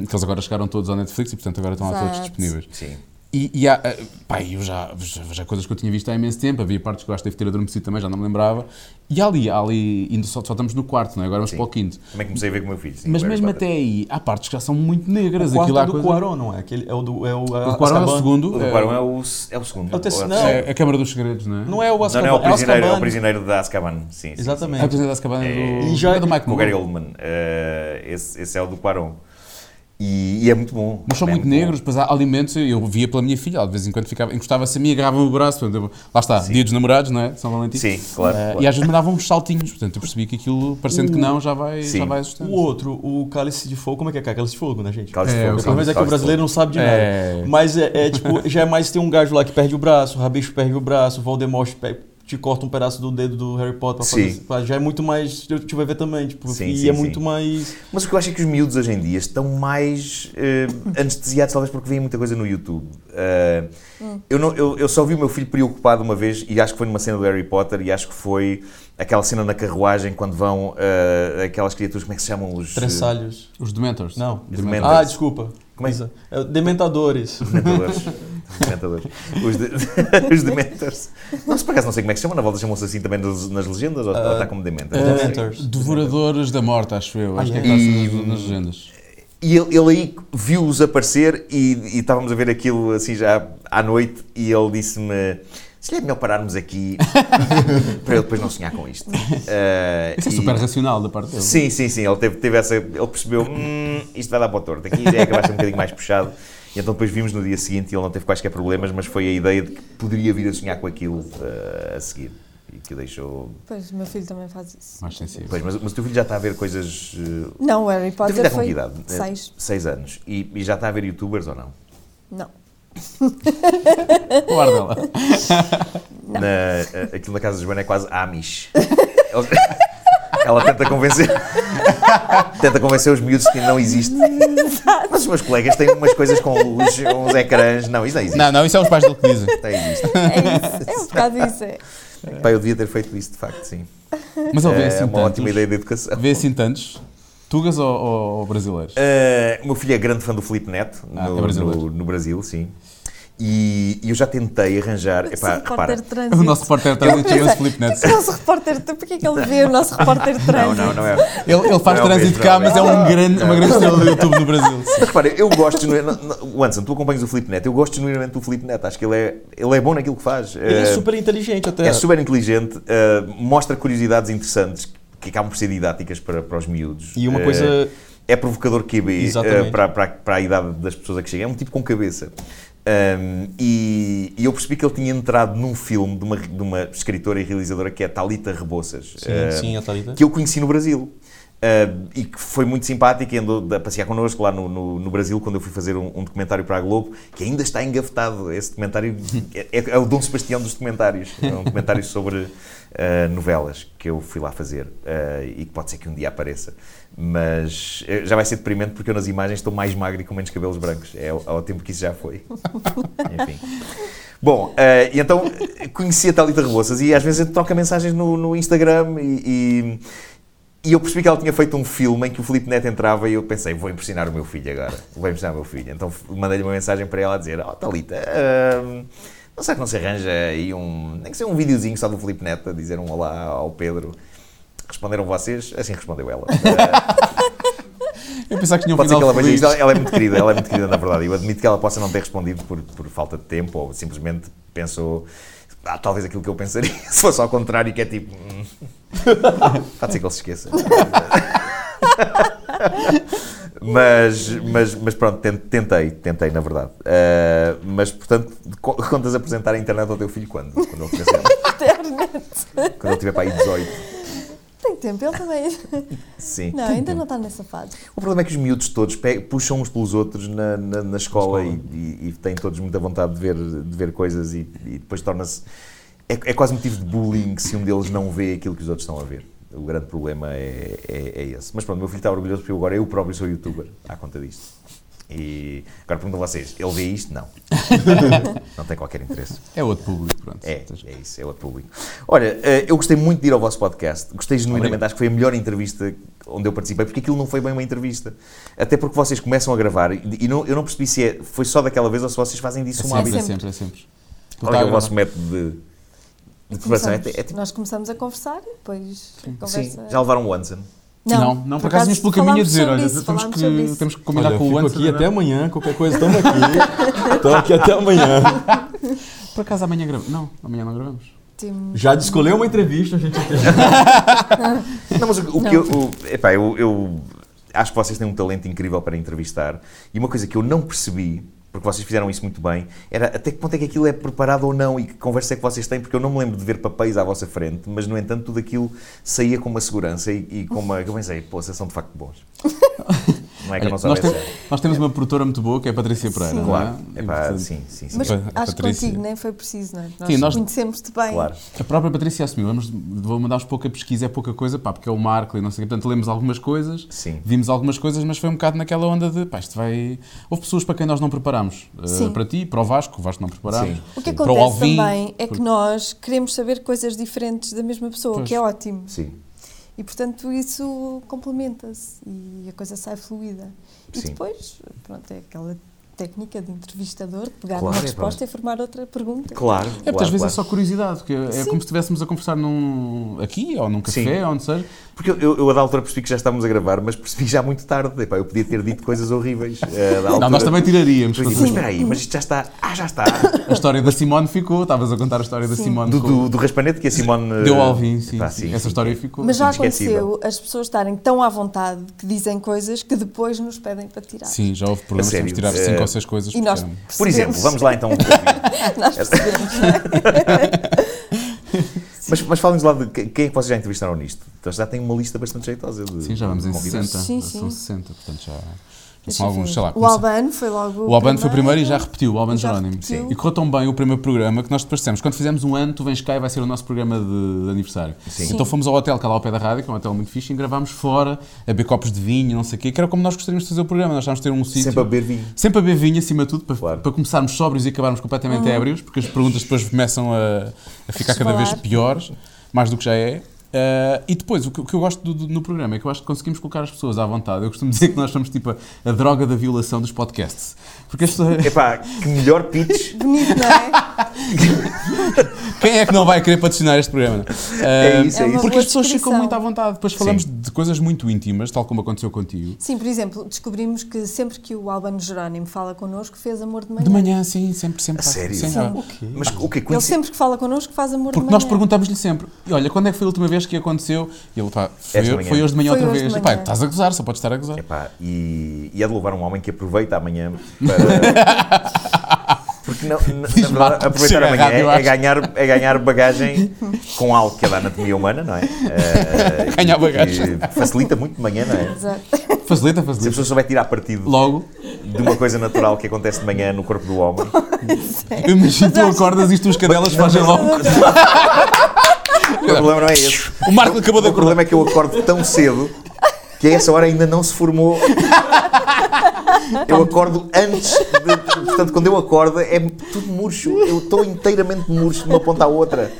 Speaker 2: Ahm, que eles agora chegaram todos ao Netflix e, portanto, agora estão lá todos
Speaker 4: Exato.
Speaker 2: disponíveis.
Speaker 1: Sim.
Speaker 2: E, e há, ah, pá, eu já, já, já coisas que eu tinha visto há imenso tempo, havia partes que eu acho que deve ter adormecido também, já não me lembrava. E há ali, há ali, ainda só, só estamos no quarto, não é? Agora vamos
Speaker 1: Sim.
Speaker 2: para o quinto.
Speaker 1: Também comecei a ver com o meu filho. sim,
Speaker 2: Mas
Speaker 1: o Harry
Speaker 2: mesmo
Speaker 1: Potter.
Speaker 2: até aí, há partes que já são muito negras.
Speaker 3: o quarto
Speaker 2: Aquilo há
Speaker 3: do
Speaker 2: coisa...
Speaker 3: Cuarón, não é? Aquele, é o do. É o,
Speaker 2: O Quaron é o segundo.
Speaker 1: O do
Speaker 2: é-
Speaker 1: Quarão é o, s- é o segundo.
Speaker 3: É o terceiro-
Speaker 1: Ou
Speaker 3: não.
Speaker 2: é a Câmara dos Segredos, não é?
Speaker 3: Não é o
Speaker 1: Não,
Speaker 3: Azkaban.
Speaker 1: não, é o prisioneiro, é o
Speaker 3: Azkaban.
Speaker 1: prisioneiro da Azkaban. Sim, sim, sim.
Speaker 3: Exatamente.
Speaker 2: É a presidente da Azkaban
Speaker 1: É.
Speaker 2: do,
Speaker 3: E já-
Speaker 2: é do Mike
Speaker 1: Com o Gary
Speaker 2: Moore.
Speaker 1: Oldman. eh, esse, esse é o do Quarão. E, e é muito bom.
Speaker 2: Mas são
Speaker 1: É
Speaker 2: muito
Speaker 1: bom.
Speaker 2: negros, depois há alimentos, eu via pela minha filha, ela de vez em quando ficava, encostava-se a mim e agarrava-me o braço, portanto, eu- lá está, dia dos namorados, não é? São Valentim.
Speaker 1: Sim, claro.
Speaker 2: Ah,
Speaker 1: claro. Uh,
Speaker 2: E às vezes me davam uns saltinhos, portanto eu percebi que aquilo, parecendo que não, já vai,
Speaker 1: Sim.
Speaker 2: já vai assustando.
Speaker 3: O outro, o Cálice de Fogo. Como é que é? Cálice de Fogo, né, gente?
Speaker 1: Cálice de
Speaker 2: É,
Speaker 1: Fogo,
Speaker 2: o
Speaker 1: sim,
Speaker 3: Pelo menos é que o
Speaker 1: Cálice de
Speaker 3: brasileiro
Speaker 1: Fogo.
Speaker 3: não sabe de nada.
Speaker 2: É.
Speaker 3: Mas é, é, tipo, já é mais tem um gajo lá que perde o braço, o Rabisco perde o braço, o Voldemort pe- te corta um pedaço do dedo do Harry Potter pra
Speaker 1: Sim.
Speaker 3: fazer- pra- Já é muito mais. Eu te vai ver também, tipo,
Speaker 1: Sim,
Speaker 3: e
Speaker 1: sim,
Speaker 3: é
Speaker 1: sim.
Speaker 3: muito mais.
Speaker 1: Mas o que eu acho é que os miúdos hoje em dia estão mais eh, anestesiados, talvez porque veem muita coisa no YouTube. Eh, eu, não- eu- eu só vi o meu filho preocupado uma vez, e acho que foi numa cena do Harry Potter, e acho que foi aquela cena na carruagem quando vão eh, aquelas criaturas, como é que se chamam? Os, eh,
Speaker 3: Tressalhos.
Speaker 2: Os Dementors.
Speaker 3: Não.
Speaker 2: Dementors.
Speaker 1: Dementors.
Speaker 3: Ah, desculpa.
Speaker 1: Como é?
Speaker 3: É, Dementadores.
Speaker 1: Dementadores. Dementadores. Os, de- os Dementors. Não, se por acaso não sei como é que se chama, na volta chamam-se assim também nas, nas legendas, ou, ou está como Dementors?
Speaker 3: Ah,
Speaker 1: Não sei.
Speaker 3: Dementors.
Speaker 2: Devoradores da Morte, acho eu. Acho
Speaker 3: Ah,
Speaker 2: que é
Speaker 3: é?
Speaker 2: que está nas, nas legendas.
Speaker 1: E ele, ele aí viu-os aparecer e, e estávamos a ver aquilo assim já à noite e ele disse-me se lhe é melhor pararmos aqui para eu depois não sonhar com isto. Ah,
Speaker 2: Isso é
Speaker 1: e-
Speaker 2: super racional da parte dele.
Speaker 1: Sim, sim, sim. Ele teve, teve essa... Ele percebeu, hum, isto vai dar para o torto. Aqui já acabaste um bocadinho mais puxado. E então depois vimos no dia seguinte e ele não teve quaisquer problemas, mas foi a ideia de que poderia vir a sonhar com aquilo ah, a seguir. E que o deixou...
Speaker 4: Pois, o meu filho também faz isso.
Speaker 2: Mais sensível.
Speaker 1: Pois, mas, mas o teu filho já está a ver coisas... ah,
Speaker 4: Não, o Harry
Speaker 1: o teu filho
Speaker 4: Potter
Speaker 1: está com
Speaker 4: foi.
Speaker 1: que idade? Eh,
Speaker 4: Seis.
Speaker 1: Seis anos. E, e já está a ver youtubers ou não?
Speaker 4: Não.
Speaker 2: Guarda lá.
Speaker 1: Na, a- aquilo na casa de Joana é quase Amish. Ela, ela tenta convencer. tenta convencer os miúdos que não existe. Mas os meus colegas têm umas coisas com luz, uns ecrãs. Não, isso não existe.
Speaker 2: Não, não, isso é os pais dele que dizem.
Speaker 1: Não existe.
Speaker 4: É isso. É um bocado isso. É.
Speaker 1: Pá, eu devia ter feito isso de facto, sim.
Speaker 2: Mas ele vê
Speaker 1: É
Speaker 2: assim
Speaker 1: uma ótima
Speaker 2: tantos.
Speaker 1: ideia de educação.
Speaker 2: Vê assim tantos. Tugas ou, ou- ou brasileiros?
Speaker 1: Uh, o meu filho é grande fã do Felipe Neto,
Speaker 2: Ah,
Speaker 1: no,
Speaker 2: é brasileiro.
Speaker 1: no- no Brasil, sim. E, e eu já tentei arranjar. Epá,
Speaker 4: Sim,
Speaker 1: repara,
Speaker 4: repórter de trânsito.
Speaker 2: O nosso repórter de trânsito chama-se Felipe Neto.
Speaker 4: O nosso repórter. Porquê é que ele vê o nosso repórter de
Speaker 1: não,
Speaker 4: trânsito?
Speaker 1: não, não é.
Speaker 2: Ele, ele faz
Speaker 1: Não,
Speaker 2: trânsito
Speaker 1: Pedro,
Speaker 2: cá,
Speaker 1: não,
Speaker 2: mas é um grande, uma grande estrela do YouTube no Brasil.
Speaker 1: Mas repara, eu gosto. genu- não- não- Anderson, tu acompanhas o Felipe Neto, eu gosto genuinamente do Felipe Neto. Acho que ele é, ele é bom naquilo que faz.
Speaker 3: Ele é super inteligente até.
Speaker 1: é super inteligente, eh, mostra curiosidades interessantes que acabam por ser didáticas para, para os miúdos.
Speaker 3: E uma
Speaker 1: Eh,
Speaker 3: coisa.
Speaker 1: é provocador QB
Speaker 3: Exatamente.
Speaker 1: eh, para, para, para a idade das pessoas a que chega. É um tipo com cabeça. Ahm, e, e eu percebi que ele tinha entrado num filme de uma, de uma escritora e realizadora que é Talita Rebouças,
Speaker 3: Sim, tá
Speaker 1: eh,
Speaker 3: sim, a Thalita.
Speaker 1: que eu conheci no Brasil. Uh, e que foi muito simpática e andou a passear connosco lá no, no, no Brasil quando eu fui fazer um, um documentário para a Globo, que ainda está engavetado. Esse documentário é, é- é o Dom Sebastião dos documentários. É um documentário sobre uh, novelas que eu fui lá fazer uh, e que pode ser que um dia apareça. Mas eh, já vai ser deprimente porque eu nas imagens estou mais magro e com menos cabelos brancos. É ao, ao tempo que isso já foi. Enfim. Bom, eh, e então conheci a Thalita Rebouças e às vezes eu troca mensagens no, no Instagram e, e, e eu percebi que ela tinha feito um filme em que o Filipe Neto entrava e eu pensei, vou impressionar o meu filho agora, vou impressionar o meu filho. Então f- mandei-lhe uma mensagem para ela a dizer, oh Thalita, ehm, não sei que não se arranja aí um, nem que seja um videozinho só do Filipe Neto a dizer um olá ao Pedro. Responderam vocês? Assim respondeu ela.
Speaker 2: Eu pensava que tinha um
Speaker 1: Pode ser
Speaker 2: final
Speaker 1: que ela veja
Speaker 2: feliz.
Speaker 1: isto. Ela é muito querida, ela é muito querida, na verdade. Eu admito que ela possa não ter respondido por, por falta de tempo ou simplesmente pensou. "Ah, talvez aquilo que eu pensaria se fosse ao contrário, que é tipo. hum." Pode ser que ele se esqueça. mas, mas, mas pronto, ten- tentei, tentei, na verdade. Ah, mas portanto, co- contas apresentar a internet ao teu filho quando? Quando ele tiver, quando ele tiver para aí 18.
Speaker 4: Tem tempo, ele também.
Speaker 1: Sim.
Speaker 4: Não, ainda não está nessa fase.
Speaker 1: O problema é que os miúdos todos pe- puxam uns pelos outros na, na, na escola, E, e- e têm todos muita vontade de ver, de ver coisas e, e depois torna-se. É, é quase motivo de bullying se um deles não vê aquilo que os outros estão a ver. O grande problema é, é, é esse. Mas pronto, o meu filho está orgulhoso porque eu agora eu próprio sou youtuber à conta disto. E agora pergunto a vocês: ele vê isto? Não. não tem qualquer interesse.
Speaker 2: É outro público, pronto. Então,
Speaker 1: É, é isso, é outro público. Olha, eh, eu gostei muito de ir ao vosso podcast. Gostei genuinamente,
Speaker 2: Obrigado.
Speaker 1: acho que foi a melhor entrevista onde eu participei, porque aquilo não foi bem uma entrevista. Até porque vocês começam a gravar e e não- eu não percebi se é- foi só daquela vez ou se vocês fazem disso
Speaker 2: É
Speaker 1: uma
Speaker 2: sempre,
Speaker 1: hábito.
Speaker 2: é sempre, é sempre.
Speaker 1: Qual é, que é o vosso método de, de preparação? É,
Speaker 4: Começamos-
Speaker 1: é tipo-
Speaker 4: Nós começamos a conversar e depois a
Speaker 1: sim,
Speaker 4: conversa. é.
Speaker 1: já levaram o Anson.
Speaker 2: Não, não, por acaso tínhamos pelo caminho a
Speaker 4: falámos
Speaker 2: dizer,
Speaker 4: sobre
Speaker 2: olha,
Speaker 4: isso,
Speaker 2: temos,
Speaker 4: falámos sobre
Speaker 2: que,
Speaker 4: isso.
Speaker 2: temos que combinar com o
Speaker 3: fico
Speaker 2: antes.
Speaker 3: aqui
Speaker 1: né?
Speaker 3: até amanhã, qualquer coisa, estamos aqui. Estamos aqui até amanhã.
Speaker 2: Por acaso amanhã gravamos? Não, amanhã não gravamos.
Speaker 4: Temos-
Speaker 3: Já descolheu uma entrevista, a gente
Speaker 1: Não, mas o, o que eu, o- epá, eu, eu acho que vocês têm um talento incrível para entrevistar e uma coisa que eu não percebi, porque vocês fizeram isso muito bem, era até que ponto é que aquilo é preparado ou não e que conversa é que vocês têm, porque eu não me lembro de ver papéis à vossa frente, mas no entanto tudo aquilo saía com uma segurança e, e com uma. é que Eu pensei, pô, vocês são de facto bons. não é que eu não
Speaker 2: Olha, nós,
Speaker 1: soubesse.
Speaker 2: tem- nós temos uma produtora muito boa que é a Patrícia Pereira. não é?
Speaker 1: Claro,
Speaker 2: E,
Speaker 1: epá,
Speaker 2: portanto,
Speaker 1: sim, sim, sim.
Speaker 4: Mas
Speaker 2: Pa-
Speaker 4: acho que
Speaker 2: Patrícia.
Speaker 4: contigo nem foi preciso, não é? Nós,
Speaker 2: Sim, nós-
Speaker 4: conhecemos-te bem.
Speaker 1: Claro.
Speaker 2: A própria Patrícia assumiu, vamos, vou mandar-vos pouca pesquisa, é pouca coisa, pá, porque é o Marco e não sei o quê. Portanto, lemos algumas coisas,
Speaker 1: Sim.
Speaker 2: vimos algumas coisas, mas foi um bocado naquela onda de, pá, isto vai... Houve pessoas para quem nós não preparámos. eh,
Speaker 4: Sim.
Speaker 2: para ti, para o Vasco, o Vasco não preparámos.
Speaker 1: Sim.
Speaker 4: O que
Speaker 2: Para o
Speaker 4: acontece
Speaker 2: Alvin,
Speaker 4: também é que
Speaker 2: porque-
Speaker 4: nós queremos saber coisas diferentes da mesma pessoa,
Speaker 2: Pois.
Speaker 4: que é ótimo.
Speaker 1: Sim,
Speaker 4: E portanto isso complementa-se e a coisa sai fluida. E
Speaker 1: Sim.
Speaker 4: depois, pronto, é aquela técnica de entrevistador, de pegar
Speaker 1: Claro, é
Speaker 4: uma resposta e formar outra pergunta.
Speaker 1: claro.
Speaker 2: É, porque
Speaker 1: claro,
Speaker 2: às vezes
Speaker 1: claro.
Speaker 2: é só curiosidade, porque é como se estivéssemos a conversar num, aqui, ou num café,
Speaker 1: Sim.
Speaker 2: ou onde seja.
Speaker 1: Porque eu, eu, eu, a da altura percebi que já estávamos a gravar, mas percebi já muito tarde. Epá, eu podia ter dito coisas horríveis. eh, da
Speaker 2: Não,
Speaker 1: altura.
Speaker 2: nós também tiraríamos.
Speaker 1: Mas
Speaker 2: portanto,
Speaker 1: espera aí, mas isto já está. Ah, já está.
Speaker 2: A história da Simone ficou, estavas a contar a história da Simone.
Speaker 1: Do,
Speaker 2: com-
Speaker 1: do, do raspanete que a Simone. eh,
Speaker 2: Deu ao vinho, sim,
Speaker 1: pá,
Speaker 2: sim. Essa história ficou.
Speaker 4: Mas já
Speaker 1: Inesquecível.
Speaker 4: aconteceu as pessoas estarem tão à vontade que dizem coisas que depois nos pedem para tirar.
Speaker 2: Sim, já houve problemas,
Speaker 1: A sério,
Speaker 2: temos de tirar
Speaker 1: é-
Speaker 2: cinco ou seis coisas.
Speaker 4: E nós
Speaker 2: porque eram-
Speaker 1: Por exemplo,
Speaker 4: percebemos-
Speaker 1: vamos lá então.
Speaker 4: nós percebemos.
Speaker 1: mas mas falem-nos lá de que- quem é que vocês já entrevistaram nisto. Então já tem uma lista bastante jeitosa. De,
Speaker 2: Sim, já vamos em
Speaker 1: de convidados.
Speaker 2: 60.
Speaker 4: Sim,
Speaker 2: São
Speaker 4: sim.
Speaker 2: 60, portanto já, já
Speaker 4: Deixa
Speaker 2: são
Speaker 4: eu
Speaker 2: alguns,
Speaker 4: ver.
Speaker 2: sei lá.
Speaker 4: o Albano foi logo.
Speaker 2: O Albano foi o primeiro e já repetiu, o Albano
Speaker 4: Já
Speaker 2: Jerónimo.
Speaker 4: repetiu.
Speaker 2: E correu tão bem o primeiro programa que nós depois dissemos: quando fizermos um ano, tu vens cá e vai ser o nosso programa de, de aniversário.
Speaker 1: Sim.
Speaker 2: Então fomos ao hotel, cá lá ao pé da rádio, que é um hotel muito fixe, e gravámos fora, a beber copos de vinho, não sei o quê, que era como nós gostaríamos de fazer o programa. Nós estávamos a ter um sítio.
Speaker 1: Sempre a beber vinho.
Speaker 2: Sempre a beber vinho, acima de tudo, para,
Speaker 1: Claro.
Speaker 2: para começarmos sóbrios e acabarmos completamente
Speaker 4: Uhum.
Speaker 2: ébrios, porque as perguntas depois começam a, a ficar cada vez
Speaker 4: Resvalar.
Speaker 2: piores, mais do que já é. Ah, e depois, o que, o que eu gosto do- do- no programa é que eu acho que conseguimos colocar as pessoas à vontade. Eu costumo dizer que nós somos tipo a, a droga da violação dos podcasts. Porque as pessoas-
Speaker 1: Epá, que melhor pitch.
Speaker 4: Bonito, não é?
Speaker 2: quem é que não vai querer patrocinar este programa?
Speaker 1: É
Speaker 2: Ah,
Speaker 1: isso, é
Speaker 4: É uma
Speaker 1: isso.
Speaker 2: Porque
Speaker 4: boa
Speaker 2: as pessoas ficam
Speaker 4: descrição.
Speaker 2: muito à vontade. Depois falamos de coisas muito íntimas, tal como aconteceu contigo.
Speaker 4: Sim, por exemplo, descobrimos que sempre que o Albano Jerónimo fala connosco, fez amor de manhã.
Speaker 2: De manhã, sim, sempre, sempre.
Speaker 1: A sério?
Speaker 2: Sim,
Speaker 1: Sim.
Speaker 2: ah.
Speaker 1: Mas o que é
Speaker 4: Ele sempre que fala connosco faz amor
Speaker 2: Porque
Speaker 4: de manhã.
Speaker 2: nós perguntamos-lhe sempre, e olha, quando é que foi a última vez que aconteceu? E ele, pá, foi,
Speaker 1: Esta manhã.
Speaker 2: foi hoje de manhã
Speaker 4: Foi
Speaker 2: outra
Speaker 4: hoje de
Speaker 2: vez.
Speaker 4: manhã.
Speaker 2: Pá, estás a gozar, só podes estar a gozar.
Speaker 1: Epá, e, e é de louvar um homem que aproveita amanhã para. Porque não, na- na
Speaker 2: Diz
Speaker 1: verdade,
Speaker 2: Marco que
Speaker 1: aproveitar
Speaker 2: chega
Speaker 1: amanhã
Speaker 2: errado, eu
Speaker 1: é,
Speaker 2: acho.
Speaker 1: ganhar, é ganhar bagagem com algo que é da anatomia humana, não é? Eh,
Speaker 2: Ganhar
Speaker 1: e que
Speaker 2: bagagem.
Speaker 1: Facilita muito de manhã, não é?
Speaker 4: Exato.
Speaker 2: Facilita,
Speaker 1: Se a
Speaker 2: facilita.
Speaker 1: pessoa souber tirar partido
Speaker 2: Logo,
Speaker 1: de uma coisa natural que acontece de manhã no corpo do homem,
Speaker 4: É.
Speaker 2: eu imagino tu acordas e as tuas cadelas fazem logo.
Speaker 1: o problema não é esse.
Speaker 2: O Marco acabou de
Speaker 1: O
Speaker 2: acordar.
Speaker 1: problema é que eu acordo tão cedo que a essa hora ainda não se formou. Eu acordo antes. de- portanto, quando eu acordo é tudo murcho. Eu estou inteiramente murcho de uma ponta à outra.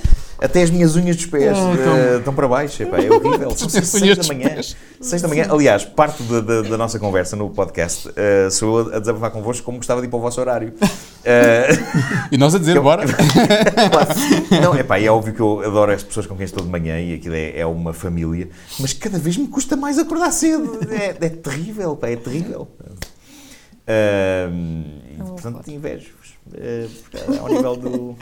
Speaker 1: Até as minhas unhas dos pés
Speaker 2: Ah,
Speaker 1: eh,
Speaker 2: então.
Speaker 1: estão para baixo. Epá, é horrível. São
Speaker 2: As
Speaker 1: seis
Speaker 2: unhas
Speaker 1: da
Speaker 2: dos
Speaker 1: manhã.
Speaker 2: pés.
Speaker 1: seis da manhã. Aliás, parte da, da- da nossa conversa no podcast eh, sou eu a desabafar convosco como gostava de ir para o vosso horário. Eh,
Speaker 2: E nós a dizer, bora.
Speaker 1: não, é pá, é óbvio que eu adoro as pessoas com quem estou de manhã e aquilo é, é uma família, mas cada vez me custa mais acordar cedo. É, é terrível, pá, é terrível. Ahm,
Speaker 4: É
Speaker 1: e, portanto, invejo-vos. eh, porque ao nível do.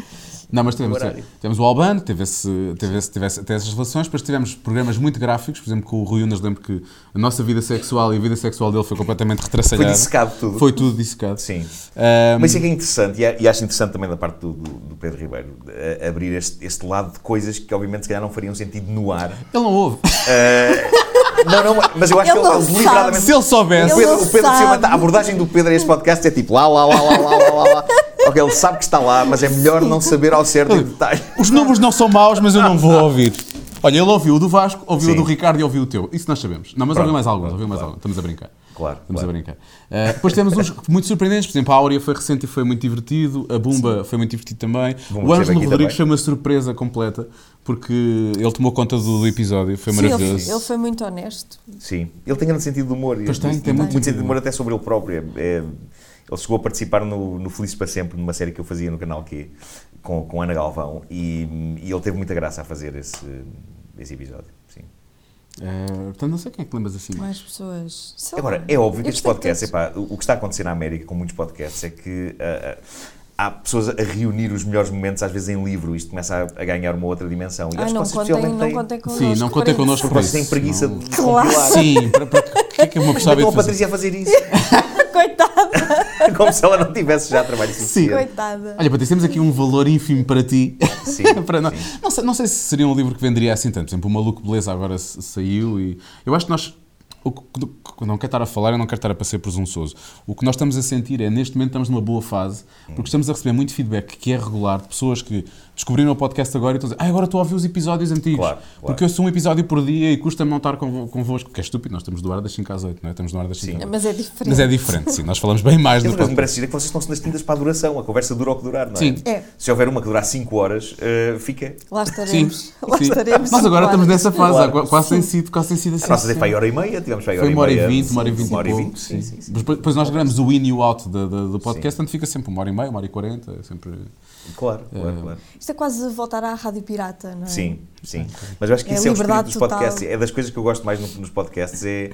Speaker 2: Não, mas tivemos,
Speaker 1: Horário.
Speaker 2: tivemos o Albano, teve, esse, teve, esse, teve, esse- teve essas relações, depois tivemos programas muito gráficos, por exemplo, com o Rui Unas, lembro que a nossa vida sexual e a vida sexual dele foi completamente
Speaker 1: Foi
Speaker 2: retracelhada.
Speaker 1: dissecado tudo.
Speaker 2: Foi tudo dissecado.
Speaker 1: Sim.
Speaker 2: Ahm,
Speaker 1: Mas isso é que é interessante, e a- e acho interessante também da parte do, do- do Pedro Ribeiro a- abrir este, este lado de coisas que, obviamente, se calhar não fariam sentido no ar.
Speaker 2: Ele não ouve.
Speaker 1: Não, não, mas eu acho
Speaker 4: Ele
Speaker 1: que ele,
Speaker 4: não
Speaker 1: ele
Speaker 4: sabe.
Speaker 1: deliberadamente
Speaker 2: Se ele soubesse.
Speaker 1: O
Speaker 4: Ele
Speaker 1: Pedro,
Speaker 4: não
Speaker 1: o Pedro
Speaker 4: sabe.
Speaker 1: Silva tá- a abordagem do Pedro a este podcast é tipo lá, lá, lá, lá, lá, lá, lá, lá. Ok, ele sabe que está lá, mas é melhor não saber ao certo em detalhe.
Speaker 2: Os números não são maus, mas eu não vou ouvir. Olha, ele ouviu o do Vasco, ouviu
Speaker 1: Sim.
Speaker 2: o do Ricardo e ouviu o teu. Isso nós sabemos. Não, mas
Speaker 1: Pronto,
Speaker 2: ouviu mais alguns,
Speaker 1: pronto,
Speaker 2: ouviu mais
Speaker 1: claro.
Speaker 2: alguns. Estamos a brincar.
Speaker 1: Claro,
Speaker 2: Estamos
Speaker 1: claro.
Speaker 2: a brincar. Ah, depois temos uns muito surpreendentes. Por exemplo, a Áurea foi recente e foi muito divertido. A Bumba foi muito divertido também.
Speaker 1: Bumba
Speaker 2: o
Speaker 1: esteve
Speaker 2: Ângelo
Speaker 1: aqui também.
Speaker 2: Rodrigues foi uma surpresa completa, porque ele tomou conta do, do episódio. Foi
Speaker 4: Sim,
Speaker 2: maravilhoso.
Speaker 4: ele, ele foi muito honesto.
Speaker 1: Sim, ele tem grande sentido de humor.
Speaker 2: Pois
Speaker 1: e-
Speaker 2: tem,
Speaker 1: e-
Speaker 2: tem muito
Speaker 1: sentido
Speaker 2: sentido
Speaker 1: de humor até sobre ele próprio. É- é- ele chegou a participar no, no Feliz para Sempre, numa série que eu fazia no canal Q, com, com Ana Galvão, e, e ele teve muita graça a fazer esse, esse episódio. Sim.
Speaker 2: Ah, portanto, não sei quem é que lembras assim. mais.
Speaker 4: Mais pessoas. Sei
Speaker 1: Agora,
Speaker 4: lá.
Speaker 1: é óbvio que
Speaker 4: Então, Eu
Speaker 1: estes podcasts,
Speaker 4: gostei de
Speaker 1: epá, o o que está a acontecer na América com muitos podcasts é que ah, ah, há pessoas a reunir os melhores momentos, às vezes em livro, isto começa a, a ganhar uma outra dimensão. E
Speaker 4: todos. Ai,
Speaker 1: acho que
Speaker 4: não
Speaker 1: vocês
Speaker 4: contem,
Speaker 1: especialmente
Speaker 4: não
Speaker 1: têm,
Speaker 4: contem connosco.
Speaker 2: Sim, não contem
Speaker 4: para
Speaker 2: connosco
Speaker 1: vocês têm
Speaker 2: isso,
Speaker 1: preguiça
Speaker 2: não.
Speaker 1: de
Speaker 4: Claro.
Speaker 1: compilar.
Speaker 2: Sim, para, para, o que é que uma pessoa
Speaker 1: Sabe
Speaker 2: havia
Speaker 1: a
Speaker 2: de fazer?
Speaker 1: Patrícia a fazer isso, É
Speaker 4: isso. Coitada,
Speaker 1: como se ela não tivesse já trabalho suficiente.
Speaker 4: coitada.
Speaker 2: Olha, Patrícia, temos aqui um valor ínfimo para ti.
Speaker 1: Sim,
Speaker 2: para nós.
Speaker 1: sim.
Speaker 2: Não, sei, não sei se seria um livro que venderia assim tanto. Por exemplo, o Maluco Beleza agora s- saiu e eu acho que nós. O que o que- não quero estar a falar, eu não quero estar a parecer presunçoso. O que nós estamos a sentir é, neste momento, estamos numa boa fase, porque estamos a receber muito feedback que é regular de pessoas que descobriram o podcast agora e estão a dizer, ah, agora estou a ouvir os episódios antigos.
Speaker 1: Claro, claro.
Speaker 2: Porque eu sou um episódio por dia e custa-me não estar convo- convosco. Que é estúpido, nós estamos do ar das 5 às 8, não é? Estamos no ar das 5 às 8.
Speaker 4: Mas é diferente.
Speaker 2: Mas é diferente, sim. Nós falamos bem mais
Speaker 1: Eu,
Speaker 2: do
Speaker 1: por acaso, me
Speaker 2: podcast.
Speaker 1: parece giro é que vocês estão-se nas tintas para a duração, a conversa dura o que durar, não é?
Speaker 2: Sim.
Speaker 4: É.
Speaker 1: Se houver uma que durar 5 horas, ah, fica.
Speaker 4: Lá
Speaker 2: Sim,
Speaker 4: estaremos. Lá
Speaker 2: sim.
Speaker 4: estaremos.
Speaker 2: Nós agora
Speaker 4: claro.
Speaker 2: estamos nessa fase,
Speaker 1: Claro.
Speaker 2: há qu- quase tem sido, quase tem sido assim.
Speaker 1: A nossa
Speaker 2: sim.
Speaker 1: foi hora e meia, tivemos para aí hora
Speaker 2: Foi
Speaker 1: e
Speaker 2: uma hora e
Speaker 1: meia.
Speaker 2: vinte, uma hora e
Speaker 1: sim,
Speaker 2: vinte
Speaker 1: Uma hora
Speaker 2: e
Speaker 1: e
Speaker 2: pouco.
Speaker 1: vinte, sim,
Speaker 2: Sim,
Speaker 1: sim, sim.
Speaker 2: Mas Depois depois nós gravamos o in e o out da- da- do podcast, portanto fica sempre uma hora e meia, uma hora e quarenta, é sempre...
Speaker 1: Claro, claro, claro.
Speaker 4: Isto é quase voltar à Rádio Pirata, não é?
Speaker 1: Sim, sim. Mas eu acho que
Speaker 4: É
Speaker 1: isso é o espírito
Speaker 4: liberdade
Speaker 1: dos
Speaker 4: total.
Speaker 1: podcasts. É das coisas que eu gosto mais no- nos podcasts. É,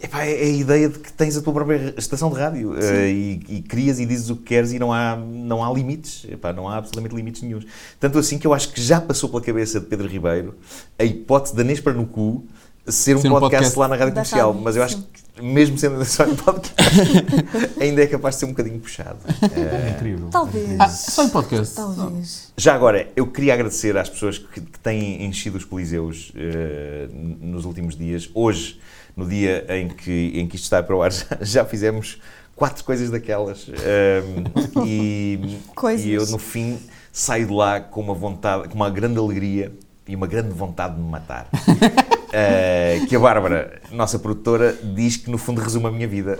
Speaker 1: epá, é a ideia de que tens a tua própria estação de rádio eh, e, e crias e dizes o que queres e não há, não há limites. Epá, não há absolutamente limites nenhums. Tanto assim que eu acho que já passou pela cabeça de Pedro Ribeiro a hipótese da Nespra no cu ser um,
Speaker 2: Ser um
Speaker 1: podcast,
Speaker 2: podcast.
Speaker 1: lá na rádio
Speaker 4: Da
Speaker 1: comercial.
Speaker 4: rádio,
Speaker 1: mas eu acho
Speaker 4: sim.
Speaker 1: que, mesmo sendo só um podcast, ainda é capaz de ser um bocadinho puxado. Eh,
Speaker 2: Incrível.
Speaker 4: Talvez.
Speaker 2: Ah, é só em podcast.
Speaker 4: Talvez.
Speaker 1: já agora, eu queria agradecer às pessoas que, que têm enchido os Coliseus eh, n- nos últimos dias. Hoje, no dia em que, em que isto está para o ar, já, já fizemos quatro coisas daquelas. ehm, e,
Speaker 4: Coisas.
Speaker 1: e eu, no fim, saio de lá com uma vontade, com uma grande alegria e uma grande vontade de me matar. Eh, que a Bárbara, nossa produtora, diz que no fundo resume a minha vida.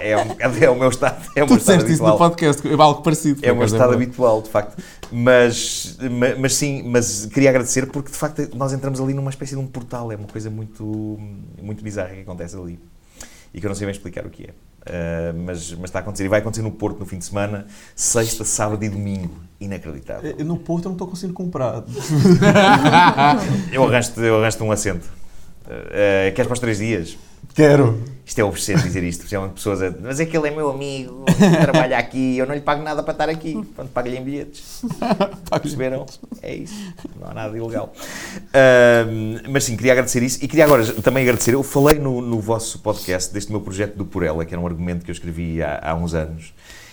Speaker 1: Eh, é, um bocado- é o meu estado, é o meu
Speaker 2: Tu
Speaker 1: estado
Speaker 2: disseste isso
Speaker 1: habitual.
Speaker 2: no podcast, é algo parecido. por
Speaker 1: É um
Speaker 2: acaso,
Speaker 1: estado
Speaker 2: verdade.
Speaker 1: habitual, de facto. Mas, ma- mas sim, mas queria agradecer porque de facto nós entramos ali numa espécie de um portal, é uma coisa muito, muito bizarra que acontece ali e que eu não sei bem explicar o que é. Ah, mas, mas está a acontecer e vai acontecer no Porto no fim de semana, sexta, sábado e domingo.
Speaker 2: Eh,
Speaker 1: Inacreditável.
Speaker 3: Eu, É, no Porto eu não tô conseguindo comprar.
Speaker 1: Eu arranjo-te eu arranjo-te um assento. Ah, ah, queres para os três dias?
Speaker 3: Quero.
Speaker 1: Isto é obsceno dizer isto, especialmente pessoas a mas é que ele é meu amigo, ele trabalha aqui, eu não lhe pago nada para estar aqui. Pronto, pago-lhe em bilhetes. Perceberam? É isso. Não há nada de ilegal. Ahm, mas sim, queria agradecer isso. E queria agora também agradecer. Eu falei no, no vosso podcast deste meu projeto do Por Ela, que era um argumento que eu escrevi há, há uns anos.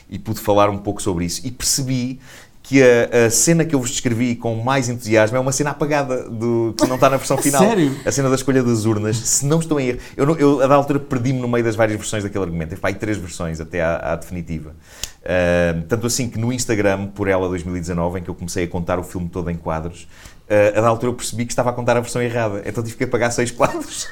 Speaker 1: e pude falar um pouco sobre isso. E percebi que a, a cena que eu vos descrevi com mais entusiasmo é uma cena apagada do que não está na versão final.
Speaker 2: Sério?
Speaker 1: A cena da escolha das urnas, se não estou em erro. Eu, não- eu, a da altura perdi-me no meio das várias versões daquele argumento. Teve pá, aí três versões até à, à definitiva. Ah, tanto assim que no Instagram, por ela 2019, em que eu comecei a contar o filme todo em quadros, ah, a da altura eu percebi que estava a contar a versão errada. Então tive que apagar seis quadros